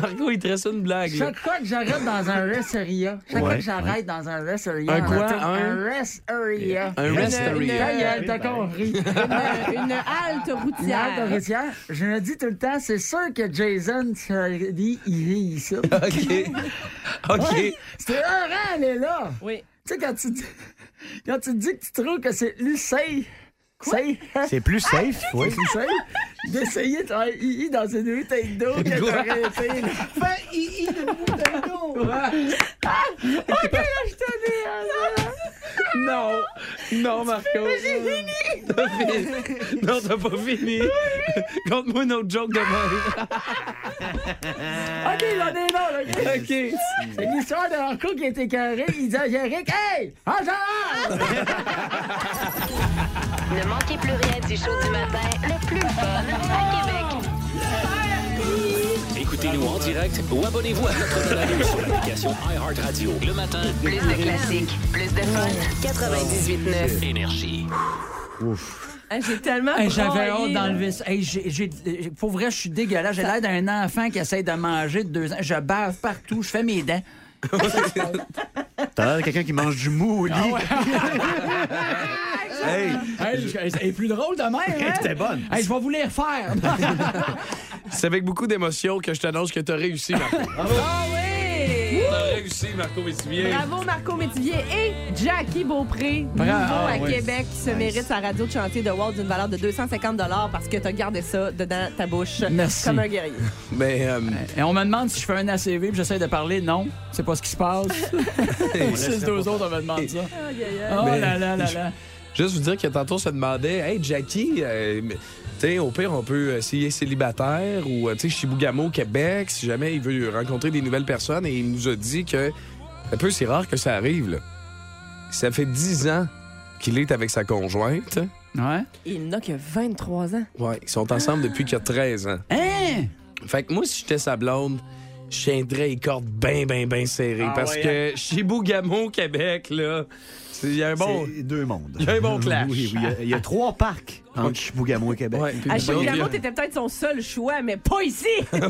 Speaker 15: Marco, il te reste une blague. là.
Speaker 4: Chaque fois que j'arrête dans un resteria, chaque fois
Speaker 15: Ouais,
Speaker 4: que j'arrête
Speaker 15: ouais.
Speaker 4: dans un resteria,
Speaker 15: Un
Speaker 4: on
Speaker 15: quoi,
Speaker 4: entend
Speaker 15: un-
Speaker 4: un resteria.
Speaker 15: Un
Speaker 4: Une-
Speaker 15: resteria.
Speaker 4: une- Ta gueule, T'as compris.
Speaker 13: euh,
Speaker 16: Une- une halte
Speaker 4: Une
Speaker 16: routière.
Speaker 4: halte routière. Je me dis tout le temps, c'est sûr que Jason Charlie, il rit ici.
Speaker 15: OK. OK.
Speaker 4: Ouais, c'est heureux, elle est là.
Speaker 6: Oui.
Speaker 4: Tu sais, quand tu, dis, quand tu dis que tu trouves que c'est plus safe. safe-
Speaker 7: C'est plus safe,
Speaker 4: Ah,
Speaker 7: oui.
Speaker 4: C'est plus safe d'essayer de faire i dans une bouteille d'eau que
Speaker 7: Quoi?
Speaker 4: d'arrêter. Fais i dans une bouteille d'eau. Ah, ok, là, je hein. te
Speaker 15: Non, non, Marco.
Speaker 16: mais j'ai fini.
Speaker 15: T'as fini. Non, t'as pas fini. Conte-moi une autre joke de même.
Speaker 4: OK,
Speaker 5: Euh,
Speaker 4: j'en ai là, OK?
Speaker 15: OK.
Speaker 4: C'est l'histoire de Marco qui était carré. Il dit à Jérick, Hey! Ah, En général!
Speaker 1: Ne manquez plus rien du show du matin, le plus fun à Québec.
Speaker 2: Écoutez-nous en direct ou abonnez-vous à notre balado sur l'application iHeartRadio. Le matin,
Speaker 1: Plus de classiques, plus de fun. 98.9
Speaker 2: Énergie.
Speaker 6: Ah, J'ai tellement.
Speaker 5: Hey, J'avais
Speaker 4: Ah,
Speaker 6: braillé,
Speaker 5: hâte
Speaker 6: là.
Speaker 5: d'enlever ça. Hey, j'ai- j'ai- euh, pour vrai, je suis dégueulasse. J'ai l'air d'un enfant qui essaie de manger de deux ans. Je bave partout, je fais mes dents.
Speaker 7: T'as l'air de quelqu'un qui mange du mou au lit.
Speaker 5: Hey! je- Elle est plus drôle de même. hein?
Speaker 8: C'était bonne.
Speaker 5: Hey, je vais vous les refaire.
Speaker 8: C'est avec beaucoup d'émotion que je t'annonce que t'as réussi, Marco.
Speaker 6: Ah oui!
Speaker 8: T'as réussi, Marco Métivier.
Speaker 6: Bravo Marco Métivier et Jackie Beaupré, nouveau
Speaker 8: Bravo.
Speaker 6: à
Speaker 8: Ah, oui.
Speaker 6: Québec, qui se mérite sa radio de chantier de Walt d'une valeur de 250 parce que t'as gardé ça dedans ta bouche
Speaker 5: Merci.
Speaker 6: comme un guerrier.
Speaker 8: Mais, euh,
Speaker 5: Et on me demande si je fais un ACV puis j'essaie de parler. Non, c'est pas ce qui se passe.
Speaker 8: laisse
Speaker 5: Six,
Speaker 8: ça
Speaker 5: deux
Speaker 8: pas.
Speaker 5: autres, on me demande ça. Oh
Speaker 8: Mais-
Speaker 5: là là là là.
Speaker 8: Juste vous dire que tantôt, on se demandait, hey, Jackie, euh, tu sais, au pire, on peut essayer célibataire ou, euh, tu sais, Chibougamau, Québec, si jamais il veut rencontrer des nouvelles personnes. Et il nous a dit que, un peu, c'est rare que ça arrive, là. Ça fait 10 ans qu'il est avec sa conjointe.
Speaker 5: Ouais.
Speaker 6: Il n'a que 23 ans.
Speaker 8: Ouais, ils sont ensemble depuis qu'il a 13 ans.
Speaker 5: Hein?
Speaker 8: Fait que moi, si j'étais sa blonde, je tiendrais les cordes bien, bien, bien serrées.
Speaker 7: Ah
Speaker 8: parce
Speaker 7: ouais,
Speaker 8: que chez Bougamo, Québec, là, c'est- il y a un bon.
Speaker 7: C'est deux mondes.
Speaker 8: Il y a un bon clash.
Speaker 7: Oui, oui, il y a- il y, a trois parcs entre Chibougamau et
Speaker 8: Ben,
Speaker 7: Québec.
Speaker 6: À Chicago, t'étais peut-être son seul choix, mais Ah, pas ici!
Speaker 8: Ben,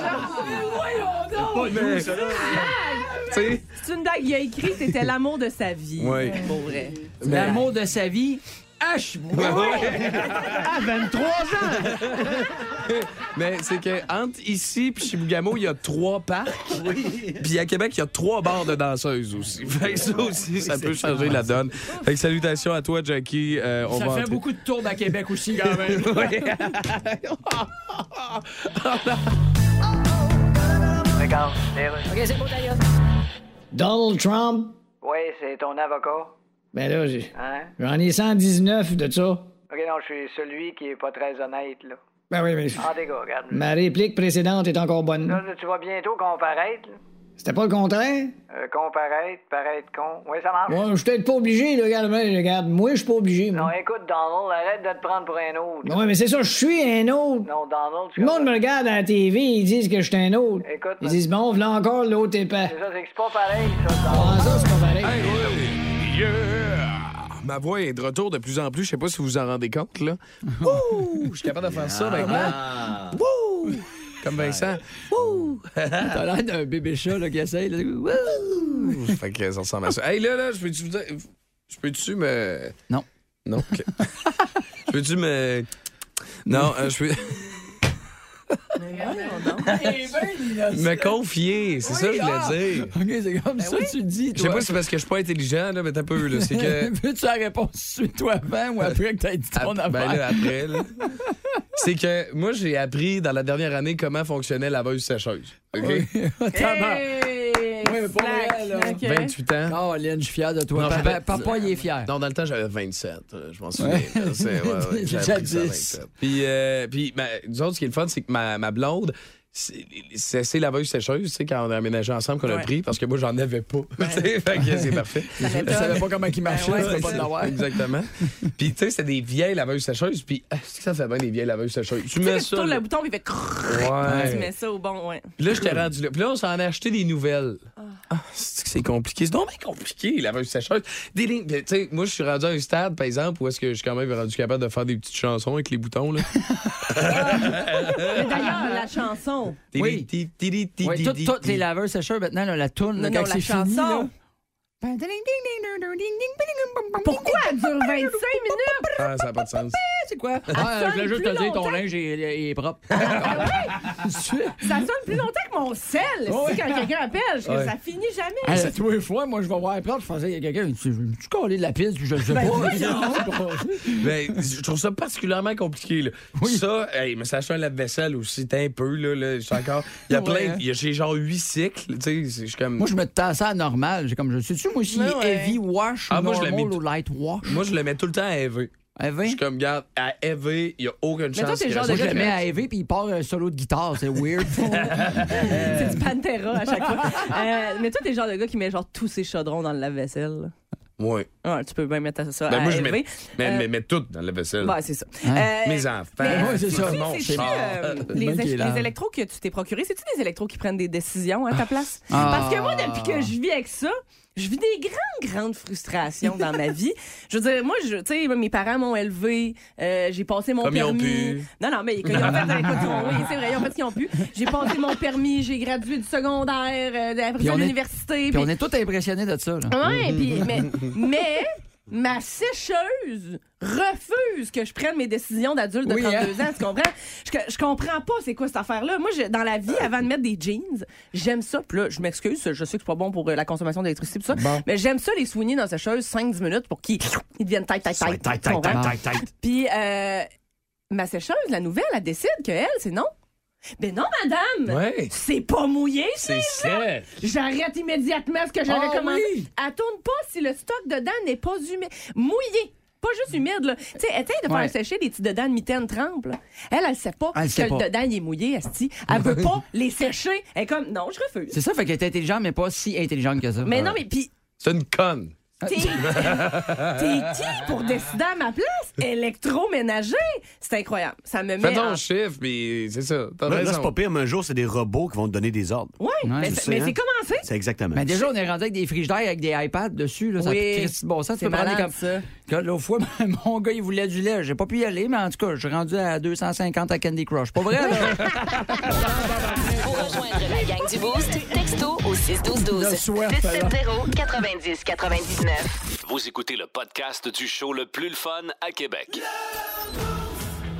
Speaker 6: Ben,
Speaker 16: Voyons donc!
Speaker 8: Mais- T'sais,
Speaker 6: C'est une blague, il a écrit c'était l'amour de sa vie.
Speaker 8: Ouais.
Speaker 6: Pour vrai.
Speaker 5: L'amour de sa vie, H.
Speaker 6: À
Speaker 7: 23
Speaker 8: Mais c'est que entre ici puis Chibougamau, il y a trois parcs. Puis à Québec, il y a trois bars de danseuses aussi. Fait que ça aussi, ça peut changer la donne. Fait que salutations à toi, Jackie. Euh, on
Speaker 5: Ça
Speaker 8: va
Speaker 5: fait
Speaker 8: entrer-
Speaker 5: beaucoup de tours à Québec aussi, quand même.
Speaker 8: Oui.
Speaker 17: Regarde, les Russes.
Speaker 10: OK, c'est bon, d'ailleurs. Donald Trump.
Speaker 17: Oui, c'est ton avocat.
Speaker 10: Ben là, j'ai-
Speaker 17: Hein?
Speaker 10: j'en ai 119 de ça.
Speaker 17: Ok, non, je suis celui qui est pas très honnête, là.
Speaker 10: Ben oui, mais je-
Speaker 17: Ah, dégâts, regarde.
Speaker 10: ma réplique précédente est encore bonne.
Speaker 17: Là, tu vas bientôt comparaître, là.
Speaker 10: C'était pas le contraire?
Speaker 17: Euh, comparaître, paraître con. Oui, ça marche.
Speaker 10: Ouais, je suis peut-être pas obligé, là, regarde, mais regarde. Moi, je suis pas obligé.
Speaker 17: Non,
Speaker 10: Moi.
Speaker 17: écoute, Donald, arrête de te prendre pour un autre.
Speaker 10: Ben ouais, mais c'est ça, je suis un autre.
Speaker 17: Non, Donald, tu
Speaker 10: Le monde me regarde à la TV, ils disent que je suis un autre.
Speaker 17: Écoute,
Speaker 10: Ils disent, bon, voilà encore l'autre épais.
Speaker 17: C'est ça, c'est que c'est pas pareil, ça,
Speaker 10: Ah,
Speaker 17: Donald.
Speaker 10: ça, c'est pas pareil.
Speaker 8: Hey, oui. Yeah! Ma voix est de retour de plus en plus. Je sais pas si vous vous en rendez compte, là. Ouh! Je suis capable de faire ça
Speaker 5: Ah.
Speaker 8: maintenant. Ouh! Comme Vincent. Ouh!
Speaker 15: T'as l'air d'un bébé chat là, qui essaye. là.
Speaker 8: Ouh! fait que ça ressemble à ça. Hey, là, là, je peux-tu vous dire- Je peux-tu me...
Speaker 5: Non.
Speaker 8: Non, OK. Je peux-tu me... Non, euh, je peux... me confier, c'est ça que je voulais dire.
Speaker 5: OK, c'est comme ça que tu le dis,
Speaker 8: ah! Je sais
Speaker 5: toi.
Speaker 8: pas si c'est parce que je suis pas intelligent, là, mais t'as peu, là. C'est que.
Speaker 5: Veux-tu la réponse suite toi avant ou après que t'as dit ton
Speaker 8: Ap- ben
Speaker 5: affaire?
Speaker 8: là, après, là. C'est que moi, j'ai appris dans la dernière année comment fonctionnait la veuse sécheuse. OK?
Speaker 6: Hey, slack, ok.
Speaker 8: 28 ans.
Speaker 5: Oh, Lynn, je suis fier de toi.
Speaker 8: Non,
Speaker 5: papa,
Speaker 8: j'avais-
Speaker 5: papa, il est fier.
Speaker 8: Non, dans le temps, j'avais 27. euh, Je m'en souviens.
Speaker 5: Ouais.
Speaker 8: C'est- ouais, ouais,
Speaker 5: J'ai
Speaker 8: j'avais
Speaker 5: déjà
Speaker 8: appris ça à
Speaker 5: 10.
Speaker 8: ben, 27. Puis, euh, puis ma- nous autres, ce qui est le fun, c'est que ma, ma blonde, c'est- c'est c'est laveuse-sécheuse, tu sais, quand on a aménagé ensemble, qu'on a
Speaker 5: Ouais.
Speaker 8: pris, parce que moi, j'en avais pas. Tu sais, fait que c'est parfait.
Speaker 5: Ça m'étonne. Je savais pas comment il marchait,
Speaker 8: Ouais,
Speaker 5: je pouvais pas
Speaker 8: c'est-
Speaker 5: l'avoir.
Speaker 8: Exactement. Puis, tu sais, c'était des vieilles laveuses-sécheuses, puis ah, est-ce que ça fait bien des vieilles laveuses-sécheuses? Tu
Speaker 6: Tu
Speaker 8: mets
Speaker 6: sais, tu
Speaker 8: ça.
Speaker 6: tournes
Speaker 8: là.
Speaker 6: le bouton, puis il fait crrrr.
Speaker 8: Ouais.
Speaker 6: Tu mets ça au bon, ouais.
Speaker 8: Puis là, j'étais rendu là. Puis là, on s'en a acheté des nouvelles. Ah, c'est que c'est compliqué. C'est donc bien compliqué, la veuse sécheuse. Des lignes. Tu sais, moi, je suis rendu à un stade, par exemple, où est-ce que je suis quand même rendu capable de faire des petites chansons avec les boutons, là.
Speaker 6: Mais D'ailleurs, la chanson.
Speaker 8: Oui.
Speaker 5: Oui, toutes toutes les laveurs sécheurs maintenant, là, la tourne, là,
Speaker 6: Non,
Speaker 5: quand
Speaker 6: non,
Speaker 5: c'est
Speaker 6: la
Speaker 5: fini. là.
Speaker 6: chanson. Pourquoi elle dure 25 minutes?
Speaker 8: Ah, ça n'a pas de sens.
Speaker 5: C'est quoi?
Speaker 4: Ah, je voulais juste te dire, ton linge
Speaker 5: est, est- est propre.
Speaker 6: Ça sonne plus longtemps que mon sel.
Speaker 4: Ouais.
Speaker 6: si, Quand quelqu'un appelle, je-
Speaker 4: Ouais.
Speaker 6: ça finit jamais.
Speaker 4: Hey, c'est tous les fois, moi, je vais voir après, je pensais qu'il y a quelqu'un, tu tu collé de la piste, puis je le sais
Speaker 8: Ben,
Speaker 4: pas.
Speaker 8: voyons. Mais Ben, je trouve ça particulièrement compliqué. Là. Ça, hey, mais ça un lave-vaisselle aussi, t'as un peu. Là, là, je suis encore... Il y a
Speaker 5: Ouais,
Speaker 8: plein.
Speaker 5: hein.
Speaker 8: il y a- J'ai genre huit cycles. tu sais, c'est- Je suis comme...
Speaker 5: Moi, je me tasse à normal. J'ai comme, je sais-tu, moi, si
Speaker 8: Ouais, ouais.
Speaker 5: heavy wash
Speaker 8: Ah,
Speaker 5: ou
Speaker 8: moi, je
Speaker 5: normal
Speaker 8: l'ai mis
Speaker 5: ou light wash. Eh
Speaker 8: Moi, je le mets tout le temps à EV. Je suis comme, garde, à EV, il n'y a aucune
Speaker 5: Mais toi,
Speaker 8: chance.
Speaker 5: t'es le genre de
Speaker 8: que
Speaker 5: gars qui met à EV puis il part un solo de guitare. C'est weird.
Speaker 6: C'est du Pantera à chaque fois. Euh, mais toi, t'es le genre de gars qui met genre tous ses chaudrons dans le lave-vaisselle. là.
Speaker 8: Ouais.
Speaker 6: Ouais, tu peux bien mettre ça
Speaker 8: Ben,
Speaker 6: à
Speaker 8: moi, je
Speaker 6: LV.
Speaker 8: mets, mais,
Speaker 6: Euh,
Speaker 8: mais- mais tout dans la vaisselle.
Speaker 6: Ouais, c'est ça.
Speaker 8: Hein?
Speaker 6: Euh,
Speaker 8: Mes enfants.
Speaker 6: mais-
Speaker 8: tout
Speaker 6: c'est-tu-
Speaker 8: Mon
Speaker 6: c'est-tu,
Speaker 8: char.
Speaker 6: euh, les, les électros que tu t'es procuré, c'est-tu des électros qui prennent des décisions à ta place?
Speaker 13: Ah.
Speaker 6: Parce que moi, depuis que je vis avec ça, je vis des grandes, grandes frustrations dans ma vie. Je veux dire, moi, je- tu sais, mes parents m'ont élevé, euh, j'ai passé mon
Speaker 13: Comme ils ont
Speaker 6: permis.
Speaker 13: pu.
Speaker 6: Non, non, mais ils- ils ont fait, euh, écoute, ils ont- oui, c'est vrai, ils ont fait ce qu'ils ont pu. J'ai passé mon permis, j'ai gradué du secondaire, euh, de- après
Speaker 5: Puis
Speaker 6: ça,
Speaker 5: on est-
Speaker 6: l'université.
Speaker 5: Puis on est tous impressionnés de ça. là.
Speaker 6: Ouais, puis- mais,
Speaker 13: Mm-hmm.
Speaker 6: mais ma sécheuse refuse que je prenne mes décisions d'adulte de
Speaker 5: Oui,
Speaker 6: 32
Speaker 5: hein?
Speaker 6: ans, tu comprends? Je, je comprends pas c'est quoi cette affaire-là. Moi, je- dans la vie,
Speaker 13: Euh.
Speaker 6: avant de mettre des jeans, j'aime ça. Puis là, je m'excuse, je sais que c'est pas bon pour euh, la consommation d'électricité, tout ça,
Speaker 13: Bon.
Speaker 6: mais j'aime ça les soigner dans la sécheuse 5-10 minutes pour qu'ils ils deviennent tight, tight, tight. tu comprends? Puis euh, ma sécheuse, la nouvelle, elle décide que elle, c'est non. Ben non, madame!
Speaker 13: Ouais.
Speaker 6: C'est pas mouillé,
Speaker 13: C'est
Speaker 6: ce livre-là.
Speaker 13: sec.
Speaker 6: J'arrête immédiatement ce que j'avais
Speaker 13: Ah
Speaker 6: commencé.
Speaker 13: oui.
Speaker 6: Elle tourne pas si le stock dedans n'est pas humide. Mouillé! Pas juste humide, là. Tu sais, essaye de faire
Speaker 13: Ouais.
Speaker 6: sécher des petits dedans de mitaine trempe, là. Elle, elle sait pas
Speaker 5: Elle
Speaker 6: que
Speaker 5: sait
Speaker 6: le
Speaker 5: pas.
Speaker 6: dedans, il est mouillé, Asti. Elle veut pas les sécher. Elle est comme, non, je refuse.
Speaker 5: C'est ça, fait qu'elle est intelligente, mais pas si intelligente que ça.
Speaker 6: Mais non, mais puis,
Speaker 8: C'est une conne.
Speaker 5: Ah.
Speaker 6: t'es T'es qui pour décider à ma place? Électroménager! C'est incroyable. Ça me
Speaker 8: Fais
Speaker 6: met. en-
Speaker 8: ton chiffre, puis c'est ça. T'as
Speaker 7: Là,
Speaker 8: raison.
Speaker 7: là, c'est pas pire, mais un jour, c'est des robots qui vont te donner des ordres.
Speaker 6: Ouais, mais
Speaker 7: Tu
Speaker 6: c'est-
Speaker 7: sais,
Speaker 6: mais
Speaker 7: hein?
Speaker 6: c'est commencé.
Speaker 7: C'est exactement.
Speaker 5: Mais déjà, on est rendu avec des frigidaires avec des iPads dessus. Là, ça
Speaker 6: Oui.
Speaker 5: fait Christy de bon sens. Tu
Speaker 6: C'est
Speaker 5: peux prendre des
Speaker 6: malade,
Speaker 5: comme
Speaker 6: ça.
Speaker 5: Quand L'autre fois, mon gars, il voulait du lait. J'ai pas pu y aller, mais en tout cas, je suis rendu à 250 à Candy Crush. Pas vrai, là?
Speaker 1: Pour rejoindre la gang du Boost, texto au 612-12. 670-90-99.
Speaker 2: Vous écoutez le podcast du show le plus le fun à Québec.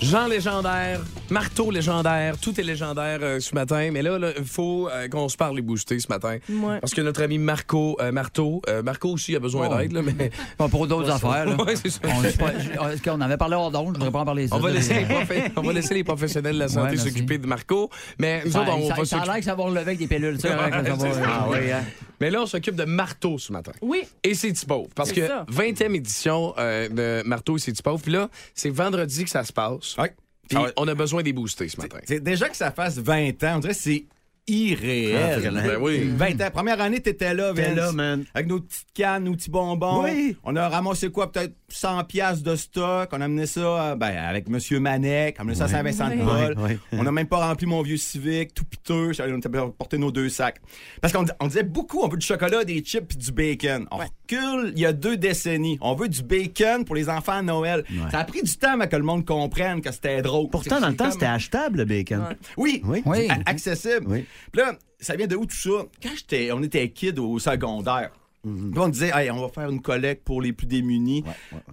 Speaker 8: Jean légendaire, marteau légendaire, tout est légendaire euh, ce matin. Mais là, il faut euh, qu'on se parle les boostés ce matin.
Speaker 13: Ouais.
Speaker 8: Parce que notre ami Marco, euh, Marteau, euh, Marco aussi a besoin
Speaker 5: Bon.
Speaker 8: d'aide, là, mais.
Speaker 5: Pas pour d'autres affaires. Là.
Speaker 8: Ouais, c'est ça.
Speaker 5: On, c'est pas- je- on- est-ce qu'on avait parlé hors d'onde? Je voudrais pas en parler. ça.
Speaker 8: On va, laisser les
Speaker 5: Désolé.
Speaker 8: prof- on va laisser les professionnels de la
Speaker 5: Ouais,
Speaker 8: santé
Speaker 5: merci.
Speaker 8: s'occuper de Marco. Mais nous
Speaker 5: Ça,
Speaker 8: autres, on va
Speaker 5: ça- ça a l'air
Speaker 8: s'occuper.
Speaker 5: que ça va relever avec des pilules. ça, hein, que ça va-
Speaker 8: C'est ça.
Speaker 5: hein.
Speaker 8: Mais là, on s'occupe de Marteau ce matin.
Speaker 6: Oui.
Speaker 8: Et c'est Tipo. Parce
Speaker 5: C'est
Speaker 8: que
Speaker 5: ça.
Speaker 8: 20e édition euh, de Marteau et c'est Tipo. Puis là, c'est vendredi que ça se passe. Puis on a besoin des boostés ce matin.
Speaker 9: Ah C'est déjà que ça fasse 20 ans, on dirait que c'est irréel.
Speaker 8: Ah, vraiment. Ben oui.
Speaker 9: 20 ans. Première année, t'étais là,
Speaker 7: T'étais
Speaker 9: Vince.
Speaker 7: là, man.
Speaker 9: Avec nos petites cannes, nos petits bonbons.
Speaker 7: Oui.
Speaker 9: On a ramassé quoi? Peut-être 100 piastres de stock. On a amené ça euh, ben, avec M. Manet, on a amené ça à
Speaker 7: Ouais.
Speaker 9: Saint-Vincent-de-Paul.
Speaker 7: Ouais, ouais.
Speaker 9: On n'a même pas rempli mon vieux Civic, tout piteux. On a porté nos deux sacs. Parce qu'on dis- on disait beaucoup, on veut du chocolat, des chips puis du bacon. On recule il y a deux décennies. On veut du bacon pour les enfants à Noël. Ça a pris du temps à que le monde comprenne que c'était drôle.
Speaker 7: Pourtant, dans le temps,
Speaker 9: Comme-
Speaker 7: c'était achetable, le bacon.
Speaker 9: oui, oui. a- accessible. Puis là, ça vient de où tout ça? Quand j'étais, on était kid au secondaire,
Speaker 6: Mhm.
Speaker 9: Puis on disait, Hey, on va faire une collecte pour les plus démunis.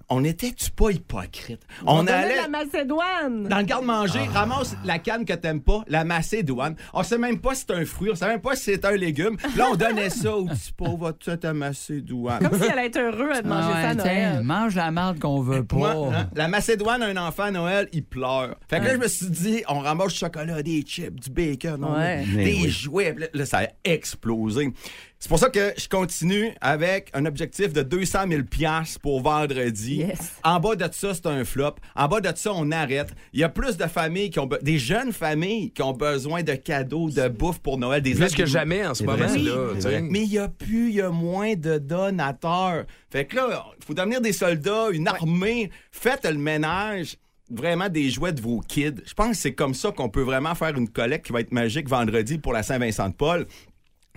Speaker 9: On était-tu pas hypocrite? On,
Speaker 13: donnait
Speaker 9: allait
Speaker 13: la Macédoine.
Speaker 9: dans le garde-manger, ramasse la canne que t'aimes pas, la macédoine. On sait même pas si c'est un fruit, on sait même pas si c'est un légume. Puis Là, on donnait ça au petit pauvre, tu sais, ta macédoine.
Speaker 6: Comme si elle allait être heureux à de
Speaker 5: Ah
Speaker 6: manger ça à Noël.
Speaker 9: mange la marde qu'on veut pas. hein,
Speaker 5: hein?
Speaker 9: la Macédoine, un enfant à Noël, il pleure. Fait que là,
Speaker 6: Ouais.
Speaker 9: je me suis dit, on ramasse du chocolat, des chips, du bacon, on
Speaker 6: Ouais.
Speaker 9: met
Speaker 6: Mais
Speaker 9: des
Speaker 6: oui.
Speaker 9: jouets. Puis Là, là, ça a explosé. C'est pour ça que je continue avec un objectif de 200 000 piastres pour vendredi. En bas de ça, c'est un flop. En bas de ça, on arrête. Il y a plus de familles qui ont... be- Des jeunes familles qui ont besoin de cadeaux, de bouffe pour Noël. Des
Speaker 8: Plus
Speaker 9: habits-
Speaker 8: que jamais en ce
Speaker 9: C'est vrai,
Speaker 8: moment,
Speaker 9: oui.
Speaker 8: là, tu sais.
Speaker 9: Mais il y a plus, il y a moins de donateurs. Fait que là, il faut devenir des soldats, une armée. Faites le ménage vraiment des jouets de vos kids. Je pense que c'est comme ça qu'on peut vraiment faire une collecte qui va être magique vendredi pour la Saint-Vincent-de-Paul.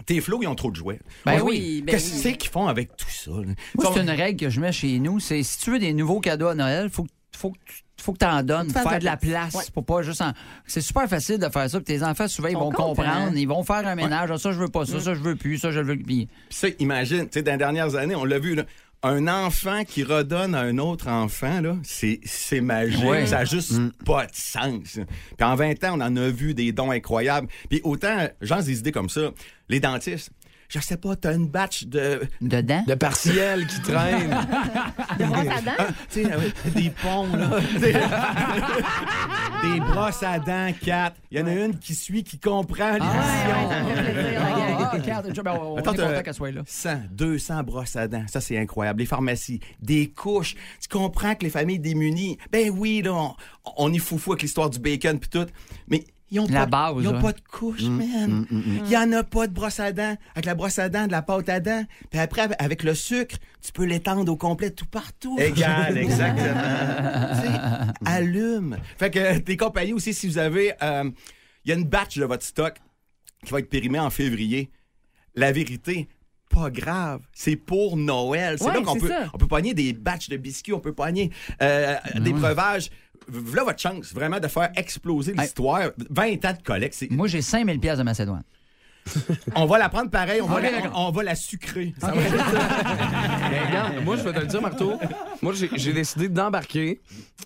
Speaker 9: Tes flots, ils ont trop de jouets.
Speaker 5: Ben
Speaker 9: On-
Speaker 5: oui, ben
Speaker 9: Qu'est-ce que
Speaker 5: oui.
Speaker 9: c'est qu'ils font avec tout ça? là?
Speaker 5: Moi,
Speaker 9: Ils
Speaker 5: c'est
Speaker 9: sont-
Speaker 5: une règle que je mets chez nous. C'est si tu veux des nouveaux cadeaux à Noël, faut que faut que tu faut que t'en donnes,
Speaker 4: fasses
Speaker 5: faire de
Speaker 4: de la
Speaker 5: la place
Speaker 4: place.
Speaker 5: pour pas juste en... C'est super facile de faire ça, puis tes enfants, souvent, ils
Speaker 4: Sont
Speaker 5: vont
Speaker 4: contents.
Speaker 5: comprendre, ils vont faire un ménage, Ah, ça, je veux pas ça,
Speaker 9: Mm.
Speaker 5: ça, je veux plus, ça, je veux... Puis
Speaker 9: Puis ça, imagine, tu sais, dans les dernières années, on l'a vu, là, un enfant qui redonne à un autre enfant, là, c'est, c'est magique.
Speaker 5: Ouais.
Speaker 9: Ça n'a juste pas de sens. Puis en 20 ans, on en a vu des dons incroyables. Puis autant, genre des idées comme ça, les dentistes, je sais pas, t'as une batch de...
Speaker 5: De dents?
Speaker 9: De partiel qui traîne. Ah, tu sais, euh, des ponts, là. Des- des brosses à dents, quatre. Il y en a une qui suit, qui comprend
Speaker 5: Ah,
Speaker 9: l'émission.
Speaker 5: regarde, ben, on on est
Speaker 9: Attends, euh,
Speaker 5: content
Speaker 9: t'as-
Speaker 5: qu'elle soit là.
Speaker 9: 100, 200 brosses à dents. Ça, c'est incroyable. Les pharmacies, des couches. Tu comprends que les familles démunies, ben oui, là, on, on est foufou avec l'histoire du bacon puis tout, mais ils ont
Speaker 5: La
Speaker 9: pas,
Speaker 5: base,
Speaker 9: ils ont
Speaker 5: hein.
Speaker 9: pas de couches,
Speaker 5: Mm,
Speaker 9: man.
Speaker 5: mm, mm, mm.
Speaker 9: Il y en a pas de brosse à dents. Avec la brosse à dents, de la pâte à dents. Puis après, avec le sucre, tu peux l'étendre au complet tout partout.
Speaker 18: Égal,
Speaker 9: Tu sais, allume. Fait que euh, tes compagnies aussi, si vous avez... euh, Il y a une batch de votre stock qui va être périmée en février. La vérité, pas grave. C'est pour Noël. C'est
Speaker 18: Ouais,
Speaker 9: là qu'on
Speaker 18: c'est
Speaker 9: peut,
Speaker 18: ça.
Speaker 9: on peut pogner des batchs de biscuits, on peut pogner euh, des breuvages. Voilà votre chance, vraiment, de faire exploser l'histoire. 20 ans de collecte, c'est...
Speaker 5: Moi, j'ai 5000 pièces de Macédoine.
Speaker 9: On va la prendre pareil, on, va,
Speaker 5: Ok,
Speaker 9: la,
Speaker 5: d'accord.
Speaker 9: on va la sucrer. Ça va-
Speaker 8: Mais Ben, regarde, moi, je vais te le dire, Marteau. Moi, j'ai- j'ai décidé d'embarquer.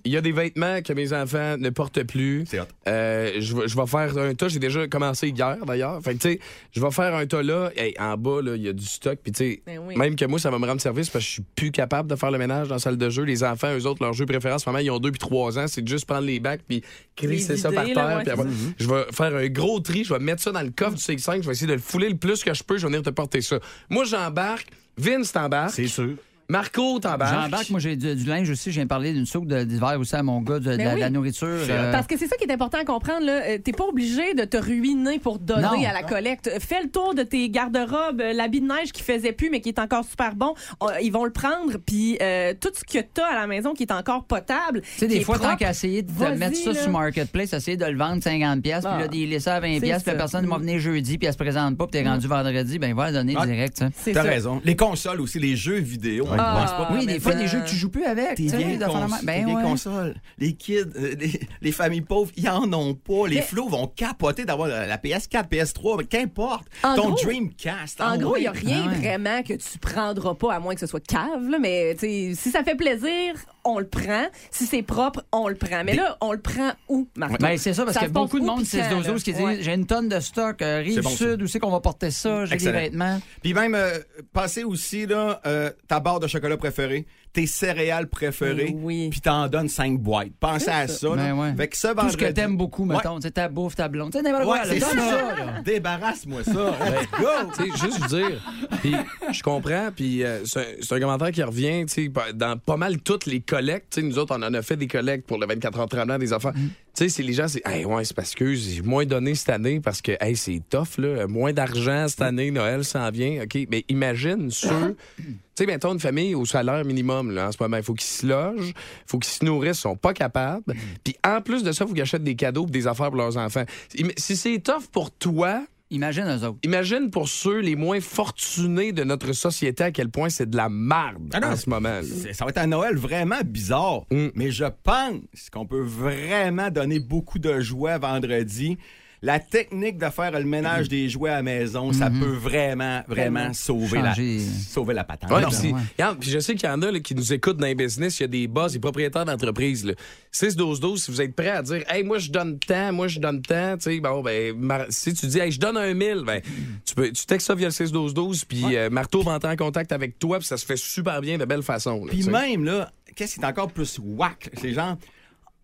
Speaker 8: Il y a des vêtements que mes enfants ne portent plus. Euh, je, vais- je vais faire un tas. J'ai déjà commencé hier, d'ailleurs. Fait que, tu sais, je vais faire un tas là. Hey, en bas, là, il y a du stock. Puis, tu sais,
Speaker 13: Ben oui.
Speaker 8: même que moi, ça va me rendre service parce que je suis plus capable de faire le ménage dans la salle de jeu. Les enfants, eux autres, leur jeu préféré en ce moment, ils ont deux puis trois ans. C'est de juste prendre les bacs puis crisser
Speaker 13: Les
Speaker 8: ça par
Speaker 13: vider,
Speaker 8: terre.
Speaker 13: là, ouais,
Speaker 8: puis
Speaker 13: c'est
Speaker 8: avoir-
Speaker 13: ça.
Speaker 8: je vais faire un gros tri, je vais mettre ça dans le coffre du CX5, je vais essayer de le fouler le plus que je peux, je vais venir te porter ça. Moi, j'embarque, Vince t'embarque. C'est sûr. Marco
Speaker 9: Ben,
Speaker 8: t'embarque.
Speaker 5: J'embarque, moi, j'ai du, du linge aussi. Je viens de parler d'une soupe de- d'hiver aussi à mon gars, de, de
Speaker 6: Ben
Speaker 5: la,
Speaker 6: oui.
Speaker 5: la nourriture. euh,
Speaker 6: Parce que c'est ça qui est important à comprendre. là. Euh, T'es pas obligé de te ruiner pour donner
Speaker 5: Non.
Speaker 6: à la collecte. Fais le tour de tes garde-robes, euh, l'habit de neige qui faisait plus mais qui est encore super bon. Euh, Ils vont le prendre. Puis euh, tout ce que t'as à la maison qui est encore potable.
Speaker 5: Tu sais, des fois, tant qu'à essayer de
Speaker 6: Vas-y,
Speaker 5: mettre ça
Speaker 6: là.
Speaker 5: sur Marketplace, essayer de le vendre 50$, pièces puis
Speaker 6: Ah.
Speaker 5: là, il laisse ça à 20$, puis
Speaker 6: C'est
Speaker 5: la
Speaker 6: ça. Mm.
Speaker 5: personne va venir jeudi, puis elle se présente pas, puis t'es rendu vendredi, ben va la donner
Speaker 9: Ah,
Speaker 5: direct.
Speaker 9: T'as raison. Les consoles aussi, les jeux vidéo, on ne
Speaker 6: Ah.
Speaker 9: pense pas.
Speaker 5: oui, des fois, des jeux que tu joues plus avec.
Speaker 9: T'es
Speaker 5: tu sais,
Speaker 9: bien
Speaker 5: des affaires de
Speaker 9: cons-
Speaker 5: même.
Speaker 9: t'es bien
Speaker 5: Ben ouais.
Speaker 9: console. Les kids, euh, les, les familles pauvres, ils en ont pas. Les
Speaker 6: Mais-
Speaker 9: flots vont capoter d'avoir la, la PS4, PS3, mais qu'importe.
Speaker 6: En
Speaker 9: Ton
Speaker 6: gros-
Speaker 9: Dreamcast.
Speaker 6: En
Speaker 9: ah
Speaker 6: gros, il
Speaker 9: oui.
Speaker 6: n'y a rien vraiment que tu prendras pas, à moins que ce soit cave, là, mais tu sais, si ça fait plaisir, on le prend. Si c'est propre, on le prend. Mais là, on le prend où, Martin?
Speaker 5: Ben, c'est ça, parce que beaucoup de monde, c'est ce dozo qui dit j'ai une tonne de stock, euh,
Speaker 9: C'est
Speaker 5: rive
Speaker 9: bon,
Speaker 5: sud, où c'est qu'on va porter ça, j'ai des
Speaker 9: Excellent.
Speaker 5: vêtements.
Speaker 9: Puis même, euh, passer aussi là, euh, ta barre de chocolat préférée, tes céréales
Speaker 6: Ben Mm.
Speaker 9: préférées, puis t'en donnes 5 boîtes. Pensez à ça. là.
Speaker 5: Ben ouais.
Speaker 9: Fait que ce
Speaker 5: Tout ce que
Speaker 9: vendredi-
Speaker 5: t'aimes beaucoup,
Speaker 9: Ouais.
Speaker 5: mettons, tu sais, ta bouffe, ta blonde. Tu sais, n'importe
Speaker 9: Ouais,
Speaker 5: quoi, là,
Speaker 9: c'est
Speaker 5: donne ça, là.
Speaker 9: ça. Débarrasse-moi ça.
Speaker 8: Ben,
Speaker 9: Let's go.
Speaker 8: tu sais, juste vous dire, puis je comprends, puis euh, c'est un- c'est un, commentaire qui revient, tu sais, pa- dans pas mal toutes les collectes, tu sais, nous autres, on en a fait des collectes pour le 24 heures 30 des enfants. Tu sais, c'est les gens, c'est, hey, ouais, c'est parce que j'ai moins donné cette année, parce que, hey, c'est tough, là, moins d'argent cette année, Noël s'en vient, OK, mais imagine ceux... Tu sais, mettons une famille au salaire minimum là, en ce moment. Il faut qu'ils se logent, il faut qu'ils se nourrissent, ils sont pas capables. Puis en plus de ça, il faut qu'ils achètent des cadeaux pis des affaires pour leurs enfants. Im- Si c'est tough pour toi.
Speaker 5: Imagine eux autres.
Speaker 8: Imagine pour ceux les moins fortunés de notre société à quel point c'est de la marde
Speaker 9: Ah non,
Speaker 8: en ce moment. là.
Speaker 9: C'est- Ça va être un Noël vraiment bizarre,
Speaker 8: Mm.
Speaker 9: mais je pense qu'on peut vraiment donner beaucoup de joie vendredi la technique de faire le
Speaker 8: Mm-hmm.
Speaker 9: ménage des jouets à la maison, ça peut vraiment, vraiment sauver la,
Speaker 8: Changer.
Speaker 9: sauver la patente.
Speaker 8: Ouais, puis si- regarde, puis je sais qu'il y en a là, qui nous écoutent dans les business, il y a des boss, des propriétaires d'entreprises. 6-12-12, si vous êtes prêts à dire Hey, moi je donne tant, moi je donne tant, tu sais, bon, ben, mar- si tu dis Hey, je donne un 1000, ben, tu, peux, tu textes ça via le 6-12-12, puis euh, Marteau va entrer en contact avec toi, puis ça se fait super bien de belle façon. là, tu
Speaker 9: Puis
Speaker 8: sais.
Speaker 9: même, là, qu'est-ce qui est encore plus whack? C'est genre,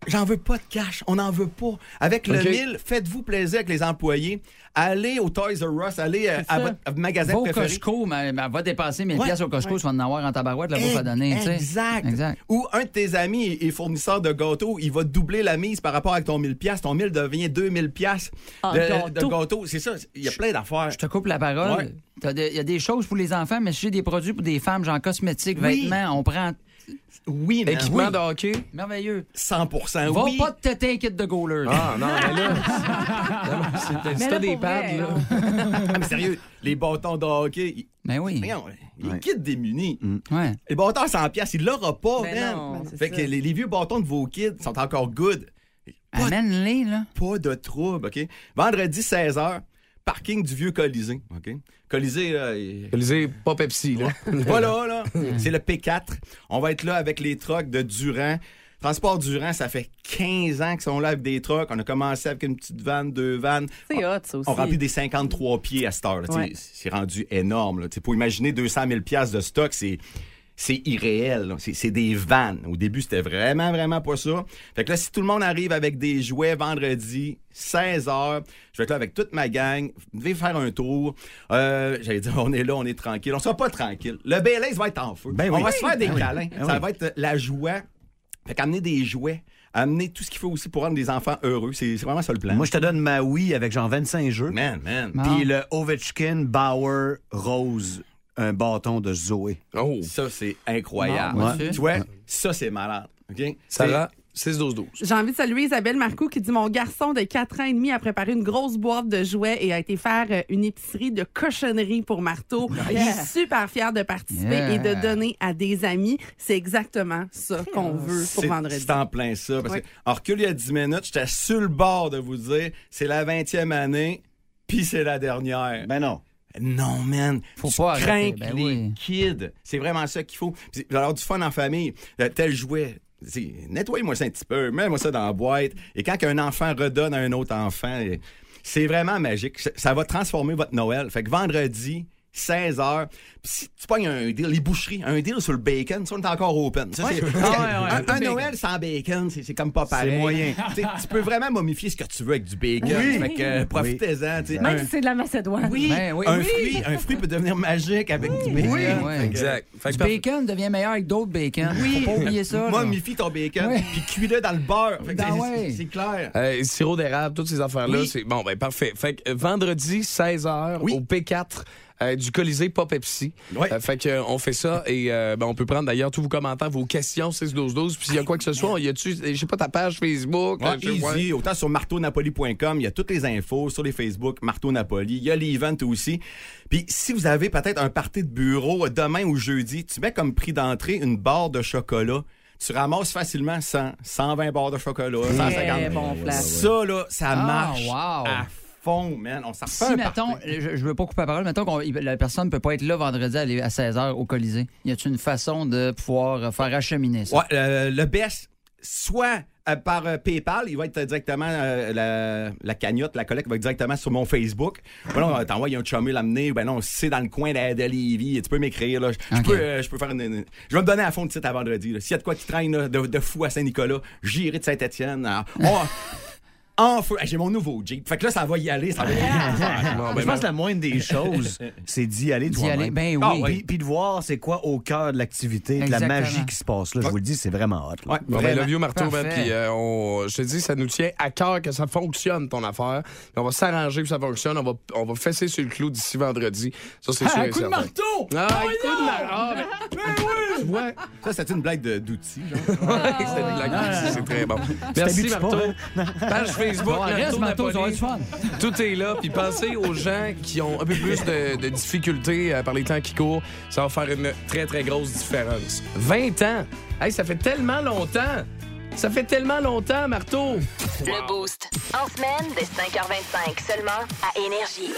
Speaker 9: j'en veux pas de cash, on n'en veut pas. Avec le
Speaker 8: Ok.
Speaker 9: 1000, faites-vous plaisir avec les employés. Allez au Toys R Us, allez euh, à
Speaker 5: ça.
Speaker 9: votre magasin
Speaker 5: Va au
Speaker 9: préféré.
Speaker 5: Costco, mais, mais elle va dépasser 1000
Speaker 9: Ouais,
Speaker 5: pièces au Costco,
Speaker 9: ouais. Eh,
Speaker 5: tu vas en avoir en tabarouette, là, pour pas donner. tu sais.
Speaker 9: Exact. Ou un de tes amis est fournisseur de gâteaux, il va doubler la mise par rapport à ton 1000 pièces, ton 1000 devient 2000 pièces
Speaker 5: En
Speaker 9: de, de
Speaker 5: Ah, gâteau.
Speaker 9: gâteaux. C'est ça, il y a plein d'affaires.
Speaker 5: Je te coupe la parole.
Speaker 9: Ouais.
Speaker 5: T'as de- Il y a des choses pour les enfants, mais si j'ai des produits pour des femmes, genre cosmétiques,
Speaker 9: Oui.
Speaker 5: vêtements, on prend.
Speaker 9: Oui,
Speaker 5: mais.
Speaker 8: Équipement de hockey.
Speaker 5: Merveilleux.
Speaker 9: 100
Speaker 5: Va
Speaker 9: oui.
Speaker 5: pas te têter un kit de goaler.
Speaker 8: Ah, non, mais là. c'est-
Speaker 5: Mais
Speaker 8: si
Speaker 5: là,
Speaker 8: t'as des
Speaker 5: pour
Speaker 8: pads,
Speaker 5: vrai,
Speaker 8: là.
Speaker 9: Ah, mais sérieux, les bâtons de hockey. ils-
Speaker 5: Mais Ben oui.
Speaker 9: Voyons, ils quittent démunis.
Speaker 5: Ouais.
Speaker 9: Les bâtons à 100 pièces, il l'aura pas.
Speaker 5: Ben
Speaker 9: man.
Speaker 5: non, c'est
Speaker 9: fait
Speaker 5: ça.
Speaker 9: que les, les vieux bâtons de vos kids sont encore good.
Speaker 5: Amène-les, là.
Speaker 9: Pas de trouble, OK? Vendredi 16h, parking du vieux Colisée, OK? Colisée, là, il-
Speaker 8: Colisée, pas Pepsi, là.
Speaker 9: voilà, là. C'est le P4. On va être là avec les trucks de Durand. Transport Durand, ça fait 15 ans qu'ils sont là avec des trucks. On a commencé avec une petite vanne, deux vannes.
Speaker 6: C'est hot, ça aussi.
Speaker 9: On remplit des 53 pieds à cette heure. là, tu sais.
Speaker 6: Ouais.
Speaker 9: C'est rendu énorme. là. Tu sais, Pour imaginer 200 000 piastres de stock, c'est... C'est irréel. là. C'est c'est des vannes. Au début, c'était vraiment, vraiment pas ça. Fait que là, si tout le monde arrive avec des jouets vendredi, 16h, je vais être là avec toute ma gang. Vous devez faire un tour. Euh, J'allais dire, on est là, on est tranquille. On sera pas tranquille. Le BLS va être en feu.
Speaker 14: Ben
Speaker 9: on
Speaker 14: oui.
Speaker 9: va se faire des
Speaker 14: Ben oui.
Speaker 9: câlins.
Speaker 14: Ben
Speaker 9: ça
Speaker 14: oui.
Speaker 9: va être la joie. Fait qu'amener des jouets, amener tout ce qu'il faut aussi pour rendre les enfants heureux. C'est c'est vraiment ça le plan.
Speaker 14: Moi, je te donne ma Wii avec genre 25 jeux.
Speaker 9: Man, man.
Speaker 5: Ah.
Speaker 14: Puis le Ovechkin, Bauer, Rose, un bâton de Zoé.
Speaker 8: Oh.
Speaker 9: Ça, c'est
Speaker 5: Ah,
Speaker 9: incroyable.
Speaker 14: Non, monsieur.
Speaker 9: Tu vois, ça, c'est malade. OK?
Speaker 8: Sarah, 6-12-12.
Speaker 11: J'ai envie de saluer Isabelle Marcoux qui dit Mon garçon de 4 ans et demi a préparé une grosse boîte de jouets et a été faire euh, une épicerie de cochonneries pour Marteau. Il est super fier de participer
Speaker 9: Yeah.
Speaker 11: et
Speaker 5: Euh,
Speaker 11: de donner à des amis. C'est exactement ça qu'on veut pour
Speaker 9: C'est-
Speaker 11: vendredi.
Speaker 9: C'est en plein ça. Parce
Speaker 11: Ouais.
Speaker 9: que, en recul, il y a 10 minutes, j'étais sur le bord de vous dire c'est la 20e année, puis c'est la dernière.
Speaker 14: Ben non.
Speaker 9: Non, man.
Speaker 5: Faut
Speaker 9: tu
Speaker 5: pas
Speaker 9: crains
Speaker 5: arrêter,
Speaker 9: que
Speaker 5: ben
Speaker 9: les
Speaker 5: oui.
Speaker 9: kids. C'est vraiment ça qu'il faut. Puis c'est- vous allez avoir du fun en famille. Euh, tel jouet. c'est- Nettoyez-moi ça un petit peu. Mets-moi ça dans la boîte. Et quand un enfant redonne à un autre enfant, euh, c'est vraiment magique. Ça- Ça va transformer votre Noël. Fait que vendredi, 16h. Puis si tu pognes un deal, les boucheries, un deal sur le bacon, ça, on est encore open. Ça,
Speaker 14: Ouais.
Speaker 9: c'est-
Speaker 14: Ah
Speaker 9: un-
Speaker 14: ouais, ouais.
Speaker 9: un Noël sans bacon, c'est c'est comme pas pareil.
Speaker 14: moyen.
Speaker 9: Tu sais, tu peux vraiment momifier ce que tu veux avec du bacon.
Speaker 14: Oui.
Speaker 9: Fait que, euh,
Speaker 14: Oui.
Speaker 9: profitez-en. tu sais. Un-
Speaker 6: Même si c'est de la Macédoine.
Speaker 9: oui,
Speaker 5: Ben
Speaker 9: un, Fruit, un fruit peut devenir magique avec du bacon.
Speaker 5: Oui.
Speaker 9: Fait que-
Speaker 5: Exact. Du bacon devient meilleur avec d'autres bacon.
Speaker 9: Oui.
Speaker 5: Faut pas oublier ça.
Speaker 9: Moi,
Speaker 5: là.
Speaker 9: mifie ton bacon,
Speaker 5: Ouais.
Speaker 9: puis cuis-le dans le beurre. Fait que
Speaker 5: Ben
Speaker 9: c'est-
Speaker 5: ouais.
Speaker 9: C'est clair.
Speaker 8: Euh, sirop d'érable, toutes ces affaires-là,
Speaker 9: Oui.
Speaker 8: c'est bon, ben parfait. Fait que euh, vendredi 16h au P4 euh, du Colisée pas Pepsi. Euh, fait que euh, on fait ça et euh, ben, on peut prendre d'ailleurs tous vos commentaires, vos questions 6 12 12 puis s'il y a quoi que ce soit, il y a tu je sais pas ta page Facebook,
Speaker 9: Ouais,
Speaker 8: euh, je-
Speaker 9: easy.
Speaker 8: ouais.
Speaker 9: Autant sur marteaunapoli.com, il y a toutes les infos sur les Facebook, Marteau Napoli. Il y a les events aussi. Puis si vous avez peut-être un party de bureau euh, demain ou jeudi, tu mets comme prix d'entrée une barre de chocolat. Tu ramasses facilement 100, 120 barres de chocolat, 150.
Speaker 6: bon plan.
Speaker 9: Ça, là, ça
Speaker 5: Ah,
Speaker 9: marche
Speaker 5: wow.
Speaker 9: à fond, man. On s'en refait
Speaker 5: Si,
Speaker 9: un
Speaker 5: mettons,
Speaker 9: party.
Speaker 5: je, je veux pas couper la parole, mettons que la personne peut pas être là vendredi à, les- à 16h au Colisée. Y a-t-il une façon de pouvoir euh, faire acheminer ça?
Speaker 9: Ouais, euh, le best, soit euh, par euh, PayPal, il va être directement, euh, la, la cagnotte, la collecte va être directement sur mon Facebook. Ben non, euh, t'envoies, il y a un chumé l'amener, ben non, c'est dans le coin de, de Lévis, tu peux m'écrire, là. Je- Je peux, euh, je peux faire une, une- Je vais me donner à fond de titre à vendredi, là. S'il y a de quoi qui traîne, là, de, de fou à Saint-Nicolas, j'irai de Saint-Étienne. Alors, on- En feu, Hey, j'ai mon nouveau Jeep. Fait que là, ça va y aller. Ça va y aller.
Speaker 14: Mais je pense que la moindre des choses, c'est d'y aller
Speaker 9: D'y
Speaker 14: toi-même.
Speaker 9: aller, ben
Speaker 14: Ah
Speaker 9: oui.
Speaker 14: Puis, puis de voir c'est quoi au cœur de l'activité, de la
Speaker 8: Exactement.
Speaker 14: magie qui se passe là. Je vous le dis, c'est vraiment hot. là.
Speaker 8: Bon, ben, le vieux marteau,
Speaker 14: Parfait.
Speaker 8: man, puis euh, on- je te dis, ça nous tient à cœur que ça fonctionne, ton affaire. Puis on va s'arranger que ça fonctionne. On va, on va fesser sur le clou d'ici vendredi. Ça, c'est sûr
Speaker 4: Un
Speaker 8: et
Speaker 4: coup de
Speaker 8: certain.
Speaker 4: marteau!
Speaker 8: Ah, un coup de ah, ben, marteau!
Speaker 4: oui!
Speaker 9: Ça, c'est une blague de- d'outils, genre.
Speaker 8: Ouais, c'était une blague d'outils, c'est très bon. Merci,
Speaker 9: t'habitues
Speaker 8: Marteau.
Speaker 9: pas, hein?
Speaker 8: Page Facebook,
Speaker 9: Bon, reste, Marteau, ça va être fun.
Speaker 8: Tout est là. Puis pensez aux gens qui ont un peu plus de, de difficultés euh, par les temps qui courent. Ça va faire une très, très grosse différence. 20 ans! Hey, ça fait tellement longtemps! Ça fait tellement longtemps, Marteau.
Speaker 1: Le Boost. En semaine, dès 5h25, seulement à Énergie.